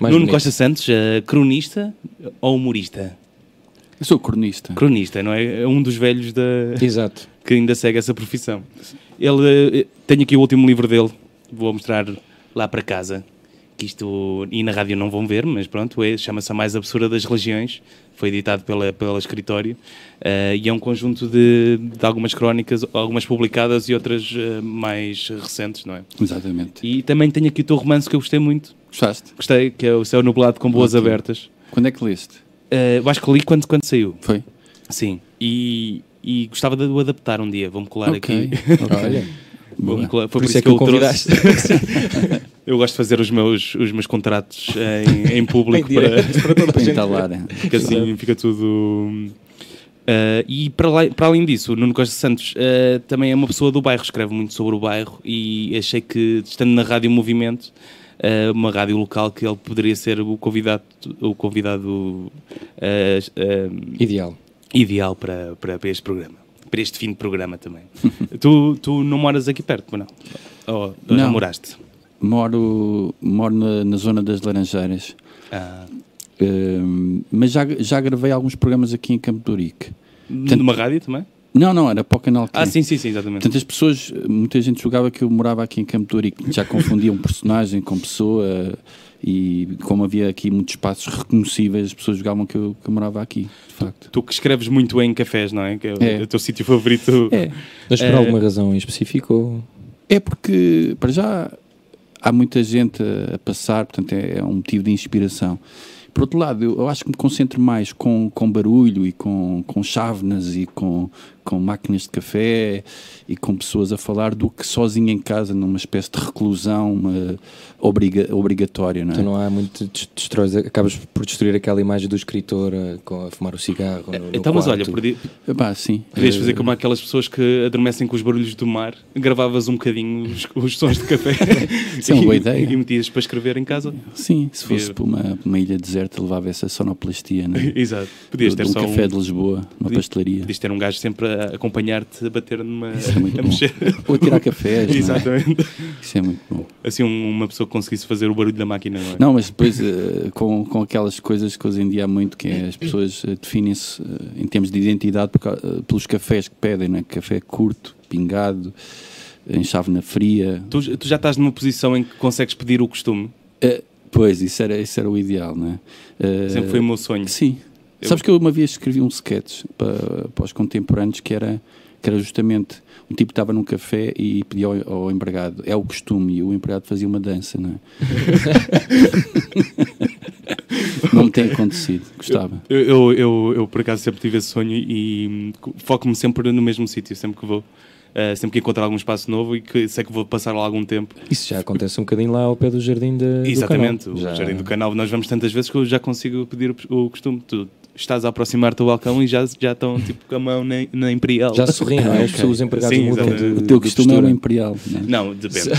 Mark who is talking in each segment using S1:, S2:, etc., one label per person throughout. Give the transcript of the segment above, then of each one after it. S1: Mais
S2: Nuno
S1: bonito.
S2: Costa Santos, eh, cronista ou humorista?
S3: Eu sou cronista.
S2: Cronista, não é? É um dos velhos da...
S1: Exato.
S2: que ainda segue essa profissão. Ele eh, tem aqui o último livro dele, vou mostrar lá para casa, que isto e na rádio não vão ver, mas pronto, é, chama-se a mais absurda das religiões, foi editado pela, pela escritório eh, e é um conjunto de, de algumas crónicas, algumas publicadas e outras eh, mais recentes, não é?
S3: Exatamente.
S2: E também tem aqui o teu romance que eu gostei muito,
S3: Gostaste?
S2: gostei, que é o Céu Nublado com Boas
S3: Ótimo.
S2: Abertas.
S3: Quando é que leste?
S2: Eh, eu acho que li quando, quando saiu.
S3: Foi?
S2: Sim. E, e gostava de o adaptar um dia. Vou-me colar aqui.
S1: Olha,
S2: Vou-me colar- Foi
S1: por isso é que o
S2: trouxe.
S1: convidaste.
S2: Eu gosto de fazer os meus, os meus contratos em, em público
S1: Em
S2: para,
S1: direto, para toda a
S3: Para
S1: gente.
S3: entalar.
S2: porque assim fica tudo. Ah, e para, lá- para além disso, o Nuno Costa Santos ah, também é uma pessoa do bairro, escreve muito sobre o bairro e achei que, estando na Rádio Movimento, ah, uma rádio local, que ele poderia ser o convidado, o convidado ah, ah,
S1: Ideal.
S2: ideal para, para, para este programa, para este fim de programa também. tu, tu não moras aqui perto, não? Ou, ou já
S3: Não.
S2: moraste?
S3: Moro, moro na, na zona das Laranjeiras,
S2: Ah,
S3: hum, mas já, já gravei alguns programas aqui em Campo de Urique.
S2: numa rádio também?
S3: Não, não, era para o canal que
S2: Ah, sim, sim, sim, exatamente.
S3: Portanto, as pessoas, muita gente julgava que eu morava aqui em Campo de Ourique, já confundiam personagem com pessoa e como havia aqui muitos espaços reconhecíveis, as pessoas julgavam que eu, que eu morava aqui, de facto.
S2: Tu que escreves muito em cafés, não é? Que é, o-
S3: É.
S2: o teu sítio favorito.
S3: É,
S1: Mas por
S2: Eh,
S1: alguma razão em específico? ou-
S3: é porque, para já, há muita gente a, a passar, portanto, é, é um motivo de inspiração. Por outro lado, eu, eu acho que me concentro mais com, com barulho e com, com chávenas e com, com máquinas de café e com pessoas a falar do que sozinho em casa, numa espécie de reclusão uma obriga, obrigatória, não é?
S1: Então não há muito. des- Destróis, acabas por destruir aquela imagem do escritor eh, com, a fumar o cigarro. No, no
S2: Então, mas olha,
S1: quarto.
S2: perdi-
S3: Epá, sim.
S2: podias fazer como aquelas pessoas que adormecem com os barulhos do mar, gravavas um bocadinho os, os sons de café
S3: Isso é uma
S2: e,
S3: boa ideia.
S2: e metias para escrever em casa.
S3: Eh, Sim, se fosse
S2: Eu-
S3: para uma, uma ilha deserta, levava essa sonoplastia, né?
S2: Exato. Podias
S3: De-
S2: ter
S3: de um
S2: só
S3: café
S2: um,
S3: de Lisboa, uma
S2: Podia-
S3: pastelaria.
S2: podias ter um gajo sempre a acompanhar-te, a bater numa.
S3: Isso é muito
S2: a
S3: bom.
S2: mexer.
S3: Ou tirar cafés, não é?
S2: Exatamente.
S3: Isso é muito bom.
S2: Assim, um- uma pessoa que conseguisse fazer o barulho da máquina, não é?
S3: Não, mas depois eh, com, com aquelas coisas que hoje em dia há muito, que é as pessoas eh, definem-se eh, em termos de identidade por ca- eh, pelos cafés que pedem, né? Café curto, pingado, em chávena fria.
S2: Tu, tu já estás numa posição em que consegues pedir o costume.
S3: Eh, pois, isso era, isso era o ideal, não é? Eh,
S2: Sempre foi o meu sonho.
S3: Sim.
S2: Eu-
S3: Sabes que eu uma vez escrevi um sketch para, para os contemporâneos que era, que era justamente um tipo que estava num café e pedia ao, ao empregado, é o costume, e o empregado fazia uma dança, não é? não me tem acontecido, gostava.
S2: Eu, eu, eu, eu, por acaso sempre tive esse sonho e hum, foco-me sempre no mesmo sítio, sempre que vou. Ah, sempre que encontrar algum espaço novo e que sei que vou passar lá algum tempo.
S1: Isso já acontece um bocadinho lá ao pé do jardim da.
S2: Exatamente,
S1: do
S2: o
S1: canal. Já-
S2: jardim do canal. Nós vamos tantas vezes que eu já consigo pedir o, o costume. Tu estás a aproximar-te do balcão e já, já estão tipo com a mão na, na Imperial.
S1: Já sorriem, não é? As
S3: Ok.
S1: pessoas, os empregados
S2: Sim,
S1: mudam
S2: exatamente.
S1: de,
S3: O teu
S1: de
S3: costume era o
S1: postura.
S3: imperial, não é?
S2: Não, depende.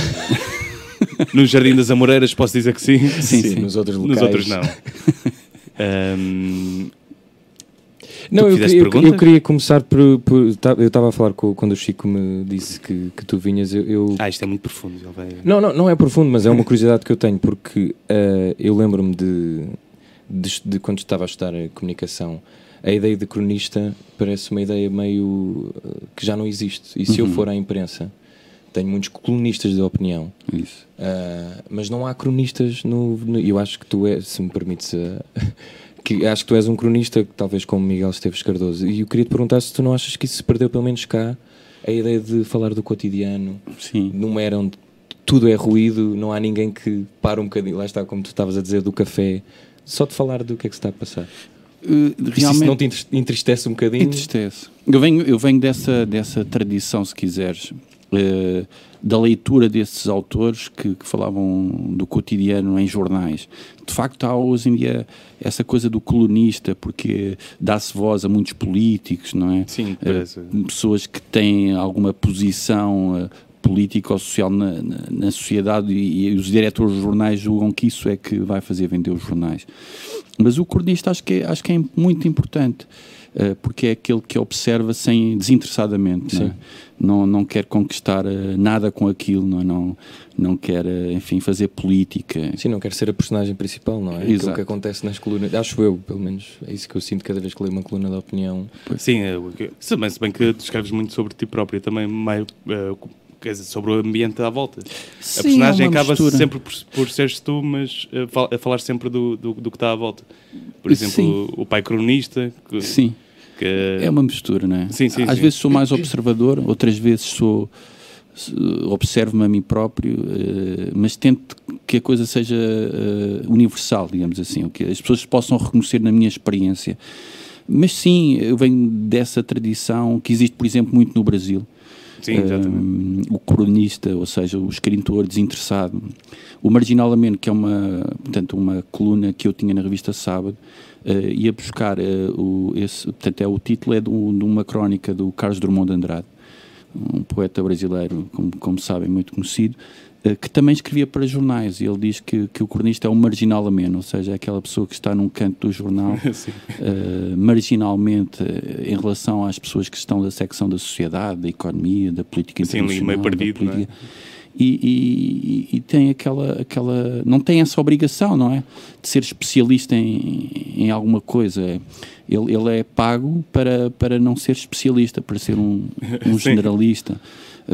S2: no Jardim das Amoreiras posso dizer que sim.
S3: Sim,
S1: Sim,
S3: sim.
S1: nos outros
S2: Nos
S1: locais.
S2: outros não. Ahm,
S1: Não, eu
S2: fizeste
S1: queria, eu-
S2: pergunta?
S1: eu queria começar por. por- tá- eu estava a falar com, quando o Chico me disse que, que tu vinhas. Eu, eu-
S2: ah, isto é muito profundo. ele vai-
S1: Não, não, não é profundo, mas é uma curiosidade que eu tenho, porque eh, eu lembro-me de, de, est- de quando estava a estudar eh, comunicação. A ideia de cronista parece uma ideia meio eh, que já não existe. E se eu for à imprensa, tenho muitos colunistas de opinião.
S3: Isso.
S1: Ah, mas não há cronistas no. no- Eu acho que tu és, se me permites, ah, que acho que tu és um cronista, talvez como Miguel Esteves Cardoso. E eu queria te perguntar se tu não achas que isso se perdeu, pelo menos cá, a ideia de falar do cotidiano,
S3: Sim.
S1: numa era onde tudo é ruído, não há ninguém que para um bocadinho, lá está, como tu estavas a dizer, do café, só de falar do que é que se está a passar.
S3: Eh,
S1: E Se isso não
S3: Realmente
S1: te entriste- entristece um bocadinho.
S3: entristece. Eu venho, eu venho dessa, dessa tradição, se quiseres, eh, da leitura desses autores que, que falavam do cotidiano em jornais. De facto, há hoje em dia essa coisa do colunista, porque dá-se voz a muitos políticos, não é?
S2: Sim,
S3: Eh,
S2: parece.
S3: pessoas que têm alguma posição eh, política ou social na, na, na sociedade e, e os diretores dos jornais julgam que isso é que vai fazer vender os jornais. Mas o cronista acho que é, acho que é muito importante. eh, porque é aquele que observa sem desinteressadamente, não, é? não, não quer conquistar eh, nada com aquilo, não, é? não, não quer, eh, enfim, fazer política.
S1: Sim, não quero ser a personagem principal, não é? Aquilo
S3: Exato.
S1: que acontece nas colunas, acho eu, pelo menos, é isso que eu sinto cada vez que leio uma coluna da opinião.
S2: Sim, é o que- se bem, se bem que tu escreves muito sobre ti próprio também, mais, eh, quer dizer, sobre o ambiente à volta. a
S3: é
S2: personagem acaba sempre por, por seres tu, mas eh, fal- a falar sempre do, do, do que está à volta. Por exemplo,
S3: Sim.
S2: o, o pai cronista, que,
S3: Sim.
S2: que-
S3: É uma mistura, não é?
S2: Sim, sim,
S3: Às
S2: sim.
S3: vezes sou mais observador, outras vezes sou se- observo-me a mim próprio, eh, mas tento que a coisa seja eh, universal, digamos assim, o que as pessoas possam reconhecer na minha experiência. Mas sim, eu venho dessa tradição que existe, por exemplo, muito no Brasil.
S2: sim, exatamente.
S3: Hum, o cronista, ou seja, o escritor desinteressado. O Marginal Ameno, que é uma, portanto, uma coluna que eu tinha na revista Sábado, eh, ia buscar eh, o, esse, portanto, é, o título é de, um- de uma crónica do Carlos Drummond de Andrade, um poeta brasileiro, como, como sabem, muito conhecido, eh, que também escrevia para jornais, e ele diz que, que o cronista é um marginal ameno, ou seja, é aquela pessoa que está num canto do jornal
S2: Sim.
S3: eh, marginalmente eh, em relação às pessoas que estão da secção da sociedade, da economia, da política
S2: Sim, ali
S3: internacional,
S2: meio perdido, é?
S3: da política. E, e- e- e tem aquela, aquela. Não tem essa obrigação, não é? De ser especialista em, em alguma coisa. Ele, ele é pago para, para não ser especialista, para ser um, um
S2: Sim.
S3: generalista.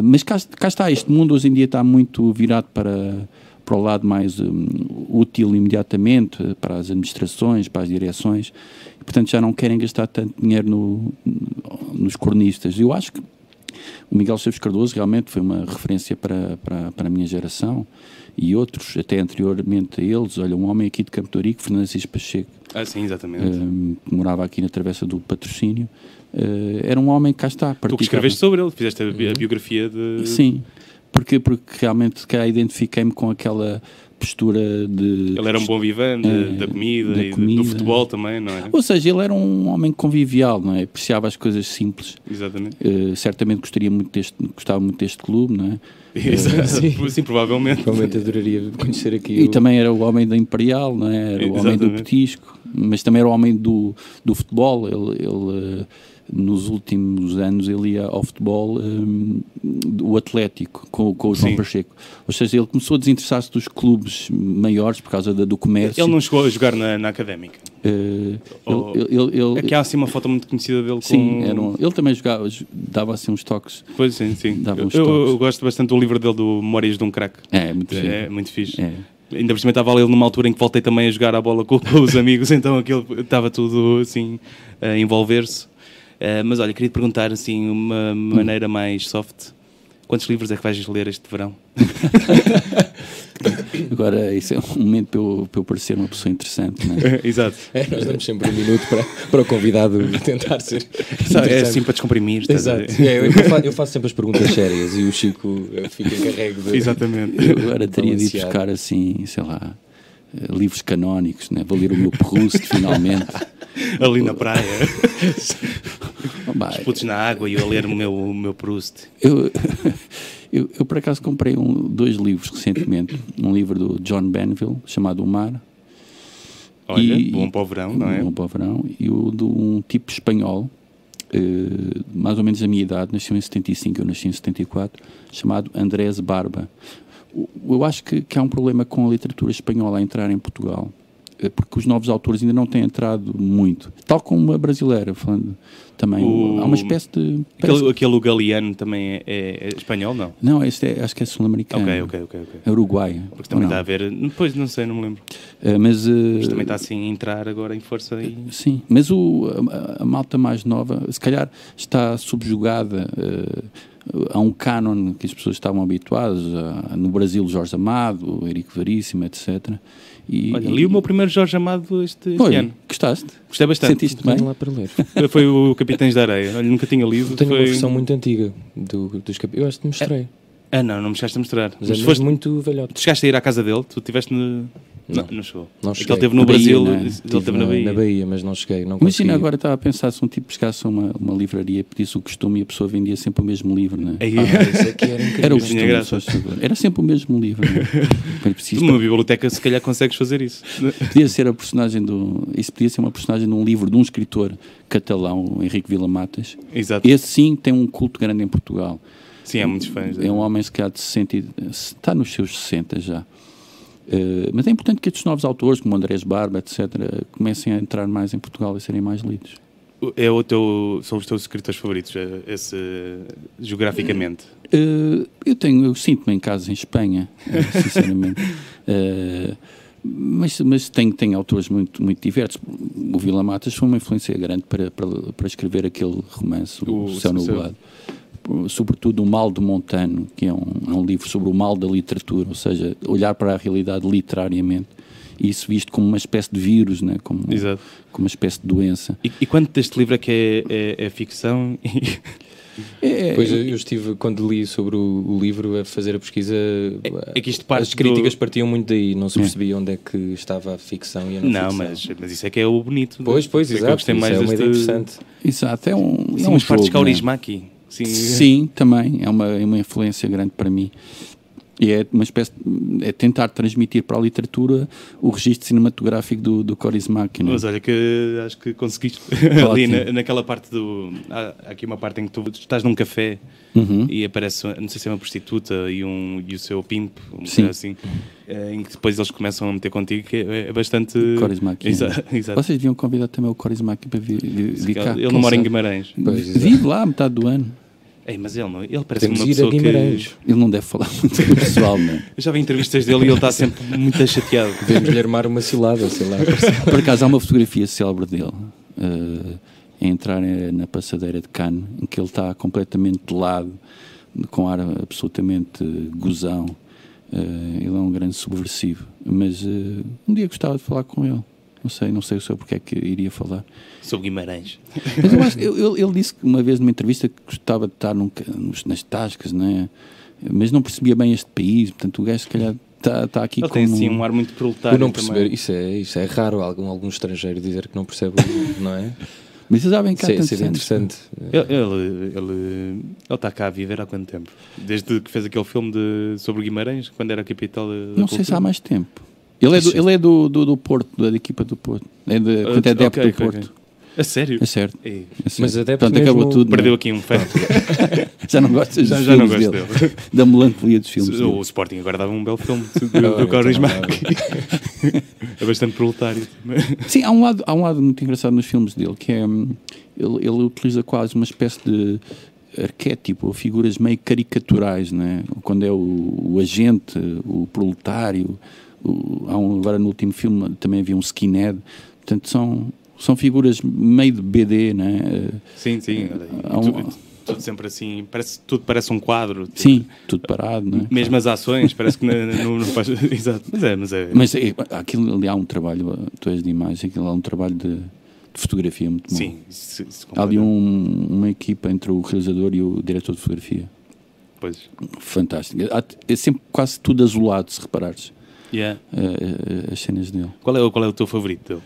S3: Mas cá, cá está, este mundo hoje em dia está muito virado para, para o lado mais hum, útil imediatamente, eh, para as administrações, para as direções, e, portanto já não querem gastar tanto dinheiro no- nos cornistas. Eu acho que o Miguel Chaves Cardoso realmente foi uma referência para, para, para a minha geração e outros, até anteriormente a eles. Olha, um homem aqui de Campo de Ourique, Francisco Pacheco,
S2: Ah, sim, exatamente.
S3: hum, que morava aqui na Travessa do Patrocínio, eh, era um homem que cá está.
S2: tu
S3: praticava- Uhum.
S2: que escreveste sobre ele, fizeste a, bi- a biografia de.
S3: Sim, porque, porque realmente cá identifiquei-me com aquela postura de.
S2: Ele era um bom
S3: Eh,
S2: vivan de- da comida
S3: da
S2: e de-
S3: comida.
S2: do futebol também, não é?
S3: Ou seja, ele era um homem convivial, não é? Apreciava as coisas simples.
S2: Exatamente.
S3: Eh, certamente gostaria muito deste, gostava muito deste clube, não é?
S2: Exato. Sim. provavelmente.
S1: Provavelmente adoraria conhecer aqui
S3: E
S1: o-
S3: também era o homem da Imperial, não é? era o homem do
S2: Exatamente.
S3: petisco, mas também era o homem do, do futebol. Ele, ele, eh, nos últimos anos, ele ia ao futebol hum, do Atlético com, com o João
S2: Sim.
S3: Pacheco. Ou seja, ele começou a desinteressar-se dos clubes maiores por causa da- do comércio.
S2: Ele não chegou a jogar na, na académica.
S3: Eh,
S2: Oh.
S3: ele, ele- ele-
S2: Aqui há assim uma foto muito conhecida dele
S3: sim,
S2: com.
S3: era um- ele também jogava, jo- dava assim uns toques.
S2: Pois sim, sim.
S3: Dava um
S2: Eu,
S3: uns
S2: eu-
S3: toques.
S2: eu gosto bastante do livro dele do Memórias de um Crack.
S3: É, muito giro.
S2: É muito fixe.
S3: É.
S2: Ainda por cima estava ele numa altura em que voltei também a jogar a bola com, com os amigos, então aquilo estava tudo assim a envolver-se. Eh, mas olha, queria te perguntar assim, uma maneira mais soft. Quantos livros é que vais ler este verão?
S3: Agora, isso é um momento para eu, para eu parecer uma pessoa interessante, não é?
S2: Exato.
S1: É, nós damos sempre um minuto para, para o convidado tentar ser.
S2: é
S1: interessante.
S2: assim para descomprimir.
S3: tá
S2: estás a ver?
S1: Exato. É, eu, fa- eu faço sempre as perguntas sérias e o Chico eh, fica encarregue
S3: É,
S1: de.
S2: Exatamente.
S3: Eu agora teria de ir
S1: Balanceado.
S3: buscar assim, sei lá, eh, livros canónicos, né? vou ler o meu Proust finalmente.
S2: Ali na praia,
S3: Oh, bah,
S2: putos na água e eu a ler o meu, o meu Proust.
S3: eu, eu, eu, por acaso comprei um- dois livros recentemente, um livro do John Benville chamado O Mar,
S2: Olha,
S3: E-
S2: bom para o verão, não é?
S3: um para o verão, e o de um tipo espanhol, eh, mais ou menos da minha idade, nasceu em 75, eu nasci em 74, chamado Andrés Barba. O- Eu acho que, que há um problema com a literatura espanhola a entrar em Portugal, eh, porque os novos autores ainda não têm entrado muito, tal como a brasileira, falando também.
S2: O-
S3: Há uma espécie de. parece-
S2: Aquele, aquele galeano também é, é- é espanhol, não?
S3: Não, este é, acho que é sul-americano.
S2: Ok, ok, ok. ok.
S3: É uruguaio.
S2: Porque também
S3: ou
S2: está
S3: não?
S2: a ver. Depois não sei, não me lembro.
S3: Eh, Mas, eh,
S2: Mas também está assim a entrar agora em força e.
S3: Sim, mas o, a, a malta mais nova, se calhar, está subjugada eh, a um canon que as pessoas estavam habituadas. a- no Brasil, Jorge Amado, Erico Veríssimo, etc. E,
S2: Olha, li o meu primeiro Jorge Amado este, este
S3: Olha,
S2: ano.
S3: gostaste?
S2: Gostei bastante.
S3: Sentiste
S1: Tenho
S3: bem?
S1: lá para ler.
S2: Foi o Capitães da Areia. Olha, nunca tinha lido.
S1: Tenho uma
S2: Foi... um
S1: versão muito antiga do, dos cap... Eu acho que te mostrei.
S2: Ah, não, não me chegaste a mostrar.
S1: Mas,
S2: Mas
S1: é
S2: foste...
S1: mesmo muito velhote.
S2: Tu chegaste a ir à casa dele, tu estiveste no. Não, não chegou.
S1: Não
S2: É que
S1: cheguei.
S2: ele teve no
S3: Na Bahia,
S2: Brasil,
S3: não é?
S2: ele
S1: Estive
S2: teve na Bahia.
S1: mas não cheguei. Não consegui.
S3: Imagina agora, estava a pensar se um tipo pescasse a uma, uma livraria, pedisse o costume e a pessoa vendia sempre o mesmo livro, não é?
S2: Aí,
S1: Ah, isso aqui era incrível.
S3: Era o
S2: Isso tinha
S3: costume, só
S2: graça.
S3: chegou. era sempre o mesmo livro. não é? Era preciso-
S2: numa biblioteca se calhar consegues fazer isso.
S3: podia ser a personagem do. Isso podia ser uma personagem de um livro de um escritor catalão, Henrique Vila Matas.
S2: Exato.
S3: Esse sim tem um culto grande em Portugal.
S2: Sim, há muitos fãs. né?
S3: É um homem se calhar de 60, e- está nos seus 60 já. Eh, mas é importante que estes novos autores, como Andrés Barba, etc., comecem a entrar mais em Portugal e serem mais lidos.
S2: É o teu, são os teus escritores favoritos, é- esse, geograficamente.
S3: Eh, eu tenho, eu sinto-me em casa em Espanha, eh, sinceramente. Eh, mas mas tenho, tenho autores muito, muito diversos. O Vila Matas foi uma influência grande para, para, para escrever aquele romance, O,
S2: O
S3: Céu
S2: Céu-
S3: Nublado. Sobretudo O Mal do Montano, que é um, é um livro sobre o mal da literatura, ou seja, olhar para a realidade literariamente. E isso visto como uma espécie de vírus, né? como,
S2: Exato.
S3: como uma espécie de doença.
S2: E, e quanto deste livro é que é, é- é ficção?
S3: É,
S1: Pois eu eu estive, quando li sobre o, o livro, a fazer a pesquisa.
S2: é que isto parte
S1: as críticas
S2: do-
S1: partiam muito daí, não se
S3: É.
S1: percebia onde é que estava a ficção e a não,
S2: Não,
S1: ficção.
S2: mas, mas isso é que é o bonito.
S1: Pois, pois,
S2: Isso é que eu
S1: exato.
S2: gostei
S1: Isso
S2: mais
S1: é uma
S2: deste-
S1: ideia interessante.
S3: Exato, é um. é
S2: São
S3: um
S2: as
S3: jogo,
S2: partes
S3: né?
S2: caurismo aqui. Sim.
S3: Sim, também. É uma, é uma influência grande para mim. E é uma espécie. de- É tentar transmitir para a literatura o registro cinematográfico do, do Korismaki. não é?
S2: Mas olha que acho que conseguiste ali na- naquela parte do. Há há aqui uma parte em que tu estás num café
S1: Hum?
S3: Uhum.
S2: e aparece, não sei se é uma prostituta e, um, e o seu pimp, um
S3: Sim.
S2: bocado assim, eh, em que depois eles começam a meter contigo, que é, é bastante.
S3: Korismaki.
S2: Exa- Exato.
S3: Vocês deviam convidar também o Korismaki para vir, vir, vir cá.
S2: Ele não
S3: quem
S2: mora em
S3: sabe?
S2: Guimarães.
S1: Pois, exato.
S3: Vive lá a metade do ano.
S2: Ei, mas ele não. Ele parece
S1: Temos
S2: uma
S1: de ir a
S2: pessoa que.
S1: Guimarães.
S3: Ele não deve falar muito com o pessoal, não é?
S2: Eu já vi entrevistas dele e ele está sempre muito chateado.
S1: Podemos-lhe armar uma cilada, sei lá.
S3: Por acaso, há uma fotografia célebre dele eh, a entrar eh, na passadeira de Cannes, em que ele está completamente de lado, com ar absolutamente eh, gozão. Eh, ele é um grande subversivo. Mas eh, um dia gostava de falar com ele. Não sei, não sei o seu porque é que iria falar.
S2: Sobre Guimarães.
S3: Mas eu acho, eu- eu- ele disse que uma vez numa entrevista que gostava de estar num ca- nos- nas tascas, né? mas não percebia bem este país. Portanto, o gajo, se calhar, está está aqui
S2: Ele
S3: com
S2: tem assim
S3: um-
S2: um ar muito proletário.
S1: Por não
S2: também.
S1: perceber, isso é, isso é raro algum, algum estrangeiro dizer que não percebe, não é?
S3: Mas vocês sabem que há
S1: Isso é,
S3: tantos
S1: isso é
S3: anos-
S1: interessante.
S2: Ele, ele, ele, ele está cá a viver há quanto tempo? Desde que fez aquele filme de, sobre Guimarães, quando era a capital da
S3: Não sei se há
S2: cultura?
S3: mais tempo. Ele é do,
S1: Sim.
S3: ele é do, do, do Porto, da equipa do Porto. É de,
S2: Ah,
S3: portanto, é adepto
S2: ok,
S3: do
S2: ok,
S3: Porto.
S2: ok. A sério?
S3: É certo.
S2: Ei,
S3: É certo.
S1: Mas adepto
S3: Portanto, acabou
S1: mesmo-
S3: tudo.
S2: perdeu
S3: não
S2: aqui um fã.
S3: é? Já não gosto dos
S2: já, já não
S3: filmes
S2: gosto
S3: dele.
S2: dele.
S3: Da melancolia dos filmes
S2: o
S3: dele.
S2: Sporting agora dava um belo filme do,
S1: Ah,
S2: do
S1: então
S2: Corris
S1: não
S2: Mack. É bastante proletário. também.
S3: Sim, há um, lado, há um lado muito engraçado nos filmes dele, que é... hum, Ele, ele utiliza quase uma espécie de arquétipo, ou figuras meio caricaturais, não é? Quando é o, o agente, o proletário... o- há um, agora no último filme também havia um skinhead. Portanto, são... São figuras meio de BD, né?
S2: Sim, sim. olha, e
S3: Há um-
S2: tudo, tudo sempre assim. Parece, tudo parece um quadro. tipo,
S3: Sim, tudo parado, não é?
S2: Mesmo as ações, parece que na- na- não, não faz. Exato. Mas é, mas é.
S3: Mas é, aquilo ali há um trabalho, tu és de imagem, aquilo há um trabalho de, de fotografia muito bom.
S2: sim. Isso, isso
S3: Há ali
S2: completa.
S3: um- uma equipa entre o realizador e o diretor de fotografia.
S2: Pois.
S3: Fantástico. Há- é sempre quase tudo azulado, se reparares,
S2: Yeah.
S3: eh, eh, as cenas dele.
S2: Qual é, o- qual é o teu favorito dele?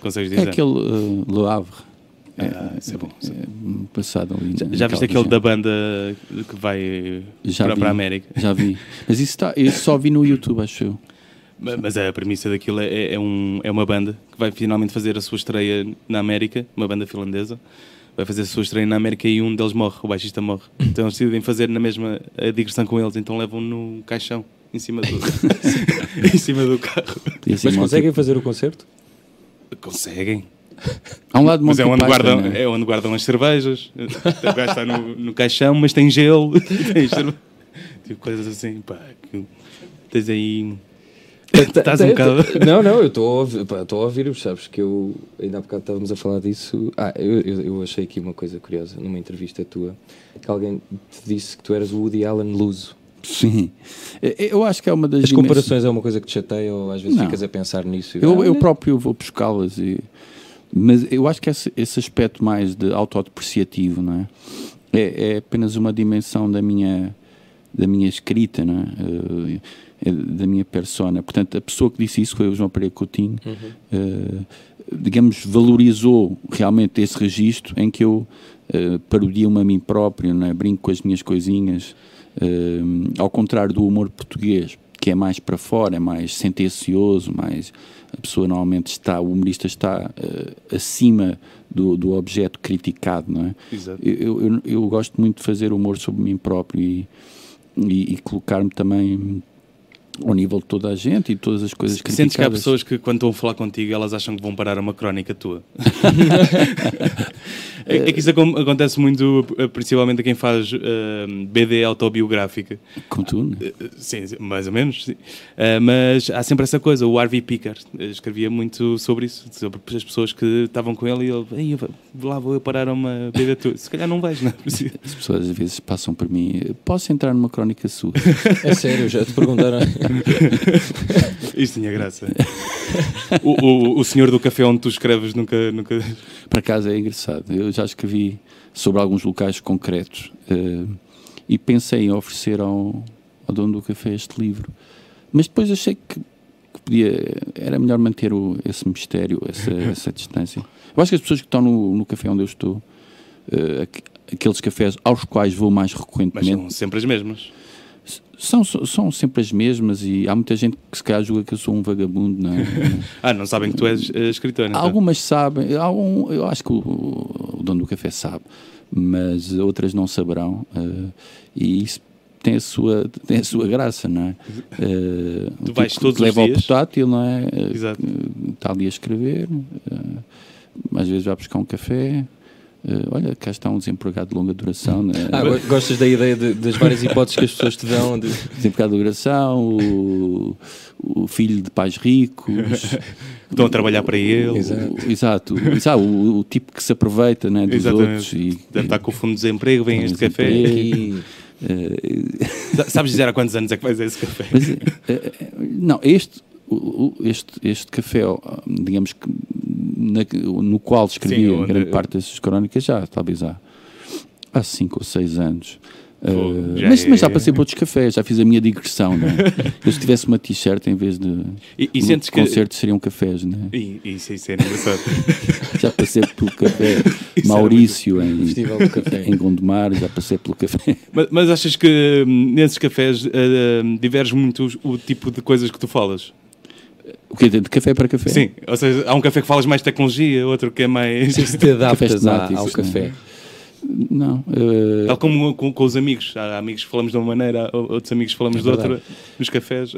S2: Consegues
S3: É
S2: dizer?
S3: aquele eh, Le Havre. É,
S2: Ah, isso é bom. isso é bom.
S3: é, hum, passado ali.
S2: Já,
S3: na-
S2: já viste
S3: naquela região.
S2: aquele da banda que vai
S3: Já
S2: para,
S3: vi.
S2: para a América?
S3: Já vi. Mas isso, está, isso só vi no YouTube, acho eu.
S2: Ma- Mas a premissa daquilo é- é, é, um, é uma banda que vai finalmente fazer a sua estreia na América, uma banda finlandesa. Vai fazer a sua estreia na América e um deles morre, o baixista morre. Então eles decidem fazer na mesma a digressão com eles, então levam no caixão, em cima do, em cima do carro.
S3: E assim,
S1: Mas
S3: Monty-
S1: conseguem fazer o concerto?
S2: Conseguem.
S3: Há um lado de
S2: Mas é
S3: Monty
S2: onde,
S3: Python,
S2: guardam,
S3: não é?
S2: é onde guardam as cervejas. O gajo está no, no caixão, mas tem gelo. Tem cerve- tipo, coisas assim, pá. Que, tens aí. Estás um bocado.
S1: Não, não, eu estou a ouvir- pá, estou a ouvir-vos, sabes que eu, ainda há bocado estávamos a falar disso. Ah, eu, eu, eu achei aqui uma coisa curiosa numa entrevista tua, que alguém te disse que tu eras o Woody Allen luso.
S3: Sim. Eh, Eu acho que é uma das
S1: As
S3: dimensões-
S1: comparações é uma coisa que te chateia ou às vezes
S3: Não.
S1: ficas a pensar nisso? e-
S3: Eu,
S1: Ah,
S3: eu
S1: olha,
S3: próprio vou buscá-las e mas eu acho que esse, esse aspecto mais de autodepreciativo não é? é é apenas uma dimensão da minha da minha escrita, não é? Eh, eh, da minha persona. Portanto, a pessoa que disse isso foi o João Pereira Coutinho, eh, digamos, valorizou realmente esse registro em que eu eh, parodio-me a mim próprio, não é? brinco com as minhas coisinhas, eh, ao contrário do humor português, que é mais para fora, é mais sentencioso, mais a pessoa normalmente está, o humorista está eh, acima do, do objeto criticado, não é?
S2: Exato.
S3: eu, eu, eu gosto muito de fazer humor sobre mim próprio e, e, e colocar-me também ao nível de toda a gente e de todas as coisas
S2: Que Sentes que há
S3: criticadas.
S2: pessoas que, quando estão a falar contigo, elas acham que vão parar a uma crónica tua. é, é que isso acon- acontece muito, eh, principalmente a quem faz eh, BD autobiográfica.
S3: Como tu, né?
S2: Eh, Sim, sim, mais ou menos. sim. Eh, mas há sempre essa coisa. O Harvey Picker eh, escrevia muito sobre isso, sobre as pessoas que estavam com ele e ele, "Ei, eu vou- lá vou eu parar a uma BD tua. Se calhar não vais, não é preciso.
S3: As pessoas às vezes passam por mim. Posso entrar numa crónica sua?
S1: É sério, já te perguntaram.
S2: Isto tinha graça. o, o, o senhor do café onde tu escreves nunca. nunca...
S3: Por acaso é engraçado. Eu já escrevi sobre alguns locais concretos eh, e pensei em oferecer ao, ao dono do café este livro. Mas depois achei que, que podia. Era melhor manter o, esse mistério, essa, essa distância. Eu acho que as pessoas que estão no, no café onde eu estou, eh, aqu- aqueles cafés aos quais vou mais
S2: Mas
S3: recorrentemente,
S2: são sempre as mesmas.
S3: são, são, são sempre as mesmas e há muita gente que se calhar julga que eu sou um vagabundo, não é?
S2: Ah, não sabem que tu és eh, escritor, então.
S3: Algumas sabem, algum, eu acho que o, o dono do café sabe, mas outras não saberão. eh, e isso tem a sua, tem a sua graça, não é? Eh, o
S2: Tu vais
S3: tipo que
S2: todos os
S3: leva
S2: dias?
S3: ao portátil, não é? Eh,
S2: Exato.
S3: Está ali a escrever, eh, às vezes vai buscar um café. eh, olha, cá está um desempregado de longa
S2: Hum.
S3: duração, né?
S1: Ah, go- gostas da ideia de- das várias hipóteses que as pessoas te dão? de-
S3: desempregado um de duração, o, o filho de pais ricos,
S2: Estão a trabalhar para ele.
S1: Exato.
S3: O- Exato, o- exato, o, o tipo que se aproveita né, dos
S2: Exatamente.
S3: outros e
S2: Deve estar com o fundo de desemprego, vem este
S3: Desemprego.
S2: café.
S1: E-
S2: Sa- Sabes dizer há quantos anos é que vais a esse café?
S3: eh, Mas, eh, eh, não, este, o- o- este, este café, ó, digamos que na- no qual escrevi
S2: Sim,
S3: a
S2: onde-
S3: grande parte dessas crónicas, já, talvez há, há cinco ou seis anos.
S2: Pô,
S3: Eh,
S2: já
S3: mas, mas já
S2: é-
S3: passei por outros cafés, já fiz a minha digressão. Né? Eu se tivesse uma t-shirt em vez de
S2: E, e
S3: um
S2: sentes que.
S3: concertos seriam cafés, né?
S2: E, e isso, isso é engraçado.
S3: já passei pelo café
S2: Isso era
S3: Maurício em,
S1: Festival do Café.
S3: em Gondomar, já passei pelo café
S2: mas, mas achas que hum, nesses cafés eh, hum, diverge muito os- o tipo de coisas que tu falas?
S3: O quê? De café para café?
S2: Sim, ou seja, há um café que falas mais tecnologia, outro que é mais.
S1: Se te adaptas à-
S3: temáticos,
S1: ao
S3: né?
S1: café.
S3: Não. eh,
S2: Tal como com, com os amigos. Há amigos que falamos de uma maneira, há outros amigos que falamos de
S1: É verdade.
S2: outra. Nos cafés.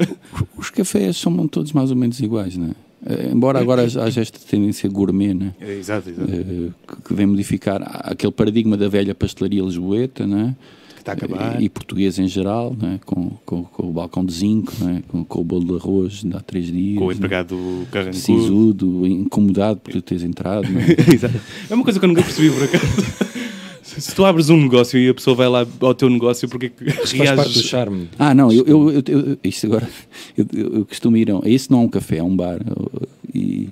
S3: os cafés são todos mais ou menos iguais, não é? Eh, embora agora haja esta tendência gourmet, né?
S2: É, Exato, exato.
S3: Eh, que- que vem modificar a- aquele paradigma da velha pastelaria lisboeta, né?
S2: Que está a acabar.
S3: E, e português em geral, né? com, com, com o balcão de zinco, né? com, com o bolo de arroz de há três dias,
S2: com o
S3: né?
S2: empregado carrancudo.
S3: sisudo, incomodado por tu teres entrado. Né?
S2: Exato. É uma coisa que eu nunca percebi por acaso. Se se tu abres um negócio e a pessoa vai lá ao teu negócio, porque é que
S1: Faz parte do
S2: reages?
S1: charme.
S3: Ah, não, eu, eu, eu, eu- isto agora, eu, eu- eu costumo ir a um, isso não é um café, é um bar, eu- e,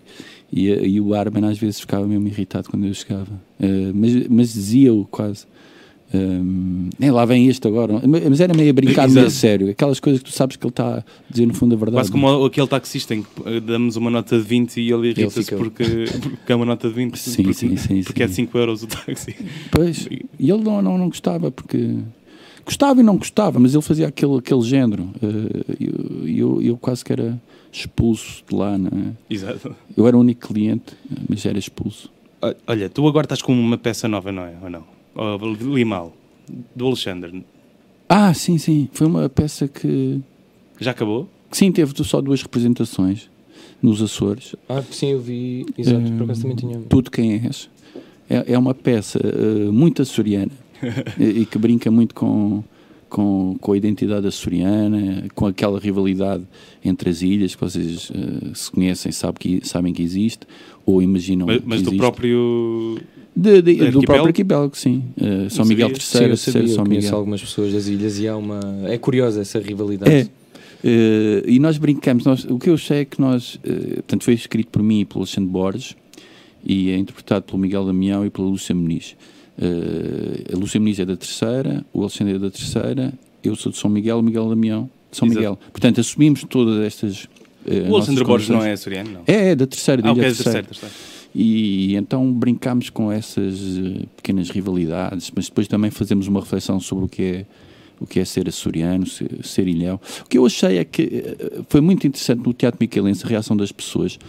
S3: e, e o barman às vezes ficava mesmo irritado quando eu chegava, Eh, mas, mas dizia-o quase, Ehm, "Eh, lá vem este agora, mas mas era meio a brincar, meio a
S2: Exato.
S3: sério, aquelas coisas que tu sabes que ele está a dizer no fundo a verdade.
S2: Quase como aquele taxista em que eh, damos uma nota de 20 e ele irrita-se
S1: fica-
S2: porque, porque é uma nota de 20.
S3: Sim,
S2: porque,
S3: sim, sim,
S2: Porque é
S3: sim.
S2: 5 euros o táxi.
S3: Pois, e ele não, não, não gostava, porque. Gostava e não gostava, mas ele fazia aquele, aquele género. Eh, E eu, eu, eu quase que era expulso de lá, não é?
S2: Exato.
S3: Eu era o único cliente, mas era expulso.
S2: O- Olha, tu agora estás com uma peça nova, não é? Ou não? Ou li mal. Do Alexandre.
S3: Ah, sim, sim. Foi uma peça que,
S2: Já acabou?
S3: que sim, teve só duas representações nos Açores.
S1: Ah, sim, eu vi. Exato, por acaso também tinha.
S3: Tudo Quem És. É, é uma peça eh, muito açoriana e, e que brinca muito com, com, com a identidade açoriana, com aquela rivalidade entre as ilhas que vocês eh, se conhecem, sabe que, sabem que existe ou imaginam
S2: Mas,
S3: que
S2: mas do
S3: existe.
S2: próprio.
S3: De- de-
S2: arquipélago?
S3: do próprio arquipélago, sim. Eh, São
S2: Não
S3: Miguel
S2: sabia.
S3: III,
S1: Sim, eu sabia,
S3: Terceiro São
S1: eu conheço
S3: Miguel.
S1: algumas pessoas das ilhas e há uma... É curiosa essa rivalidade.
S3: É. Eh, e nós brincamos. Nós, o que eu sei é que nós. eh, portanto, foi escrito por mim e pelo Alexandre Borges e é interpretado pelo Miguel Damião e pela Lúcia Muniz. Eh, a Lúcia Muniz é da terceira, o Alexandre é da terceira eu sou de São Miguel, o Miguel Damião de São Miguel. Portanto, assumimos todas estas. eh,
S2: O Alexandre
S3: nossas
S2: Borges não
S3: condições.
S2: é açoriano, não.
S3: É, é da terceira, da
S2: ah,
S3: Ilha
S2: ok, é
S3: terceira.
S2: certo, certo.
S3: E então brincámos com essas eh, pequenas rivalidades, mas depois também fazemos uma reflexão sobre o que é o que é ser açoriano, se- ser ilhéu. O que eu achei é que eh, foi muito interessante no Teatro Miquelense a reação das pessoas,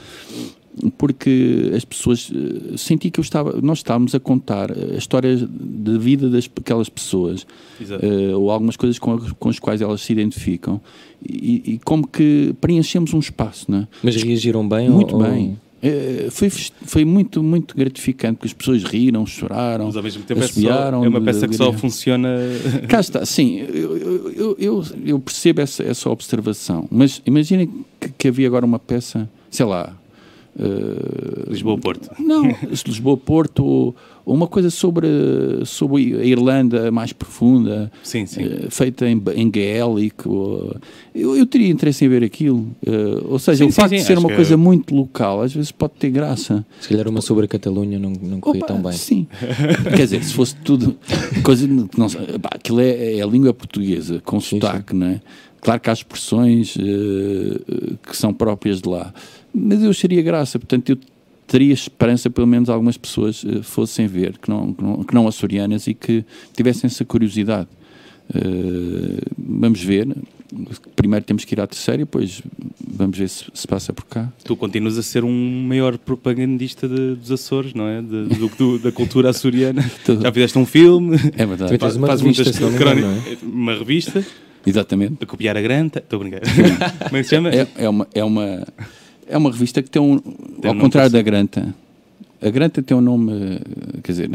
S3: porque as pessoas eh, senti que eu estava, nós estávamos a contar a história de vida das aquelas pessoas
S2: Exato.
S3: eh, ou algumas coisas com, a- com as quais elas se identificam e, e como que preenchemos um espaço, não é?
S1: Mas reagiram bem?
S3: Muito
S1: ou-
S3: bem. Eh, Foi, fest- foi muito, muito gratificante, porque as pessoas riram, choraram.
S2: Mas ao mesmo tempo é, só, é
S3: assobiaram
S2: uma
S3: de
S2: peça que só
S3: alegria.
S2: funciona.
S3: Cá está, sim, eu, eu- eu, eu, eu percebo essa, essa observação, mas imaginem que, que havia agora uma peça, sei lá, eh,
S2: Lisboa-Porto.
S3: não, se Lisboa-Porto, ou, ou uma coisa sobre, sobre a Irlanda mais profunda,
S2: Sim, sim.
S3: eh, feita em, em gaélico. ou- eh, Eu, eu teria interesse em ver aquilo. eh, ou seja,
S2: Sim,
S3: o
S2: sim,
S3: facto
S2: sim,
S3: de ser
S2: acho
S3: uma
S2: que-
S3: coisa muito local, às vezes pode ter graça.
S1: Se calhar uma sobre a Catalunha não, não corria
S3: Opa,
S1: tão bem.
S3: Sim. Quer dizer, se fosse tudo. Coisa, que não, sei, pá, aquilo é, é a língua portuguesa, com sotaque, não é? Claro que há expressões eh, eh, que são próprias de lá, mas eu acharia graça, portanto, eu teria esperança pelo menos algumas pessoas eh, fossem ver, que não, que, não, que não açorianas e que tivessem essa curiosidade. Eh, vamos ver. Primeiro temos que ir à terceira e depois vamos ver se, se passa por cá.
S2: Tu continuas a ser um maior propagandista de- dos Açores, não é? De- do, do- da cultura açoriana. Já fizeste um filme,
S3: É verdade.
S1: Também tens uma
S2: fazes
S1: revista,
S2: muitas
S1: se não é? me engano,
S2: crónicas, uma revista,
S3: Exatamente.
S2: a copiar a granta. Estou a brincar. Como é que se chama?
S3: é, é uma, é, uma, é uma revista que tem um. ao
S2: nome
S3: contrário
S2: parecido.
S3: da Granta. A Granta tem um nome. eh, Quer dizer,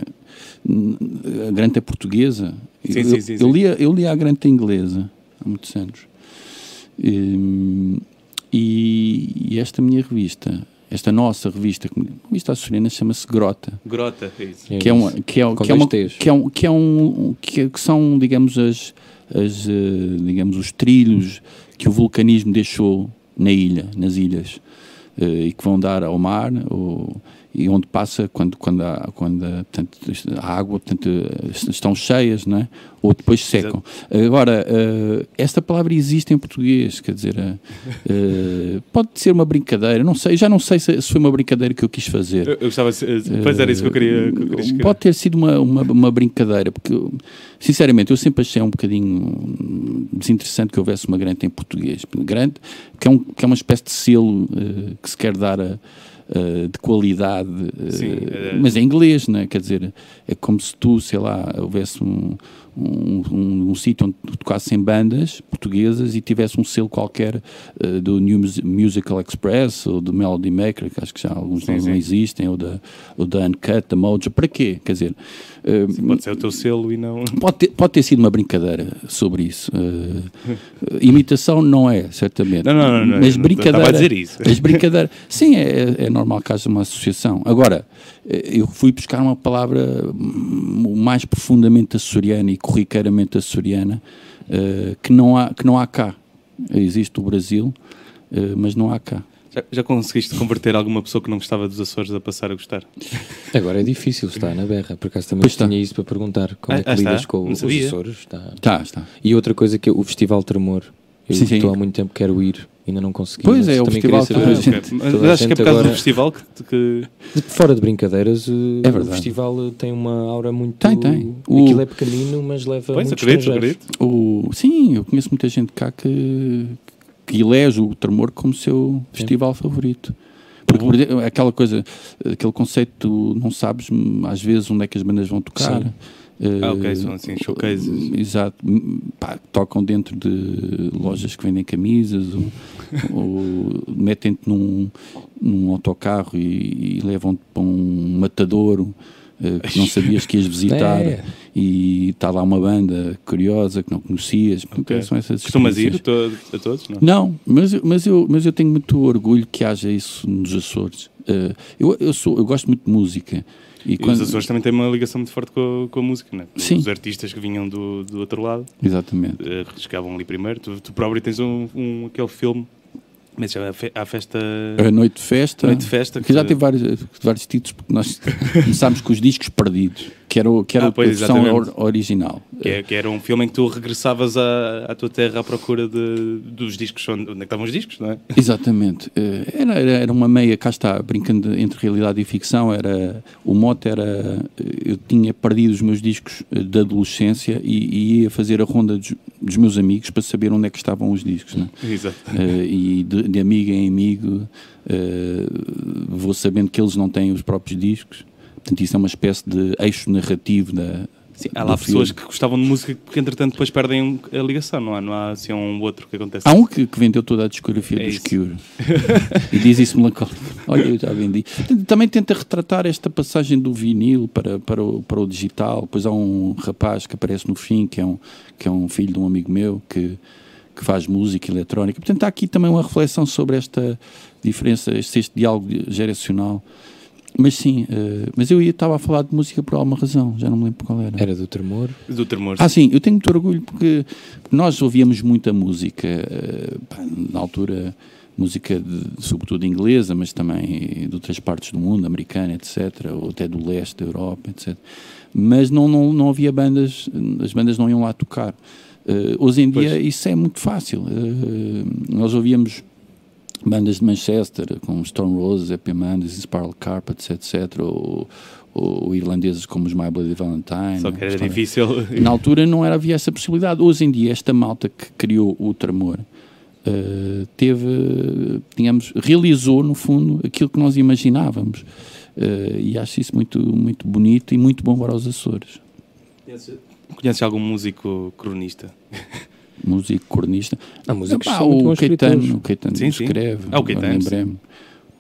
S3: n- a Granta é portuguesa.
S2: Sim,
S3: eu,
S2: sim, sim,
S3: eu,
S2: sim.
S3: lia, eu lia a Granta inglesa há muitos anos. Hum, E, e esta minha revista, esta nossa revista, que- revista açoriana, chama-se Grota
S2: Grota, é isso.
S1: É
S3: que é uma
S1: isso.
S3: que é,
S1: Com
S3: que é
S1: dois
S3: uma
S1: Ts.
S3: que é um que é um que, é- que são digamos as, as eh, digamos os trilhos que o vulcanismo deixou na ilha nas ilhas eh, e que vão dar ao mar ou, e onde passa quando quando há, quando há, portanto, a água portanto, eh, estão cheias não é? ou depois secam agora eh, esta palavra existe em português quer dizer eh, eh, pode ser uma brincadeira não sei já não sei se- se foi uma brincadeira que eu quis fazer
S2: Eu, eu gostava. de- Pois era isso que eu queria, que eu queria escrever.
S3: Pode ter sido uma, uma, uma brincadeira, porque eu, sinceramente eu sempre achei um bocadinho hum, desinteressante que houvesse uma grande em português. Grande, que é, um, que é uma espécie de selo eh, que se quer dar a- a- de qualidade, eh,
S2: Sim, eh,
S3: mas em inglês, né? quer dizer, é como se tu, sei lá, houvesse um, um, um, um sítio onde tu tocassem bandas portuguesas e tivesse um selo qualquer eh, do New Mus- Musical Express ou do Melody Maker, que acho que já alguns
S2: Sim,
S3: não, não
S2: sim.
S3: existem, ou da, ou da Uncut, da Mojo, para quê? Quer dizer, eh,
S2: Pode ser o teu selo e não.
S3: pode, ter, pode ter sido uma brincadeira sobre isso. Eh, eh, imitação não é, certamente.
S2: Não, não, não, não,
S3: Mas
S2: eu não
S3: brincadeira.
S2: estava a dizer isso.
S3: Mas brincadeira. Sim, é, é normal que haja uma associação. Agora, eh, eu fui buscar uma palavra hum, mais profundamente açoriana e corriqueiramente açoriana eh, que, não há, que não há cá. Existe o Brasil, eh, mas não há cá.
S2: Já, já conseguiste converter alguma pessoa que não gostava dos Açores a passar a gostar?
S1: Agora é difícil estar na berra, por acaso também
S3: um- Pois está.
S1: tinha isso para perguntar. Como
S2: Ah,
S1: é que
S2: ah, está.
S1: lidas com
S2: Não
S1: os
S2: sabia.
S1: Açores? Está.
S3: Está, Tá, está.
S1: E outra coisa que é o Festival Tremor. Eu
S3: Sim, sim.
S1: estou há muito tempo que quero ir, ainda não consegui.
S3: Pois
S1: mas
S3: é, o
S1: também
S3: Festival
S1: queria saber-
S3: Tremor.
S2: Ok,
S1: Toda
S2: Mas
S1: a
S2: acho que é
S1: gente
S2: por causa
S1: agora-
S2: do festival que. que-
S1: De- Fora de brincadeiras, eh, o
S3: É verdade.
S1: festival eh, tem uma aura muito.
S3: Tem, tem. O-
S1: Aquilo é pequenino, mas leva.
S2: Pois,
S1: muitos
S2: acredito,
S1: estrangeiros.
S2: acredito.
S3: O, sim, eu conheço muita gente cá que, que elege o Tremor como seu festival favorito. Porque por exemplo, aquela coisa, aquele conceito, tu não sabes hum, às vezes onde é que as bandas vão tocar.
S1: Sim.
S3: Eh,
S2: Ah, ok, são assim, showcases.
S3: Exato, Hum, pá, tocam dentro de lojas que vendem camisas ou, ou metem-te num, num autocarro e, e levam-te para um matadouro eh, que não sabias que ias visitar
S1: É.
S3: e está lá uma banda curiosa que não conhecias.
S2: Ok.
S3: São essas
S2: Costumas ir
S3: experiências.
S2: to- a todos? Não?
S3: Não, mas, eu- mas, eu, mas eu tenho muito orgulho que haja isso nos Açores. Eh, eu, eu, sou, eu gosto muito de música. E,
S2: E os Açores também têm uma ligação muito forte com a, com a música, não é?
S3: Sim.
S2: Os artistas que vinham do, do outro lado
S3: Exatamente.
S2: eh, chegavam ali primeiro. Tu, tu próprio tens um, um- aquele filme Mas já há fe- há festa.
S3: A Noite de Festa.
S2: Noite de Festa,
S3: Que já
S2: que-
S3: teve vários, vários títulos, porque nós começámos com os discos perdidos, que era, o- que era
S2: Ah, pois,
S3: a versão
S2: exatamente.
S3: or- original.
S2: Que, é- que era um filme em que tu regressavas à, à tua terra à procura de, dos discos onde, onde é que estavam os discos, não é?
S3: Exatamente. Eh, Era, era, era uma meia, cá está, brincando entre realidade e ficção. Era, o mote era. eh, Eu tinha perdido os meus discos eh, da adolescência e, e ia fazer a ronda dos, dos meus amigos para saber onde é que estavam os discos. Né?
S2: Exato.
S3: Eh, e de, de amigo em amigo, eh, vou sabendo que eles não têm os próprios discos. Portanto, isso é uma espécie de eixo narrativo da.
S2: Sim, há lá
S3: do
S2: pessoas
S3: filme.
S2: que gostavam de música que, entretanto, depois perdem um, a ligação, não há? Não há assim um outro que acontece.
S3: Há um que, que vendeu toda a discografia
S2: É
S3: dos
S2: isso.
S3: Cure e diz isso melancólico. Olha, eu já vendi. Também tenta retratar esta passagem do vinil para, para, o, para o digital. Depois há um rapaz que aparece no fim, que é um, que é um filho de um amigo meu, que, que faz música eletrónica. Portanto, há aqui também uma reflexão sobre esta diferença, este, este diálogo geracional. Mas sim, eh, mas eu ia- estava a falar de música por alguma razão, já não me lembro qual era.
S1: Era do tremor.
S2: Do Tremor.
S3: Ah, sim, eu tenho muito orgulho porque nós ouvíamos muita música, eh, pá, na altura, música de- sobretudo inglesa, mas também de outras partes do mundo, americana, etc., ou até do leste da Europa, etc. Mas não, não, não havia bandas, eh, as bandas não iam lá tocar. Eh, hoje em dia isso é muito fácil. Eh, nós ouvíamos bandas de Manchester, como Stone Roses, Happy Mondays, Spiral Carpets, etc., ou, ou irlandeses como os My Bloody Valentine. né?
S2: Só que era
S3: Stone-
S2: difícil.
S3: na altura não era, havia essa possibilidade. Hoje em dia, esta malta que criou o Tremor eh, teve, digamos, realizou no fundo aquilo que nós imaginávamos. Eh, e acho isso muito, muito bonito e muito bom para os Açores.
S2: Conheces algum músico cronista?
S3: Músico, cornista.
S1: Há músicos
S3: Epá,
S1: que são muito
S3: o,
S1: bons
S3: Caetano,
S1: escritores.
S3: o Caetano
S2: Sim, sim.
S3: escreve.
S2: Ah, o Caetano, sim.
S3: lembrei-me.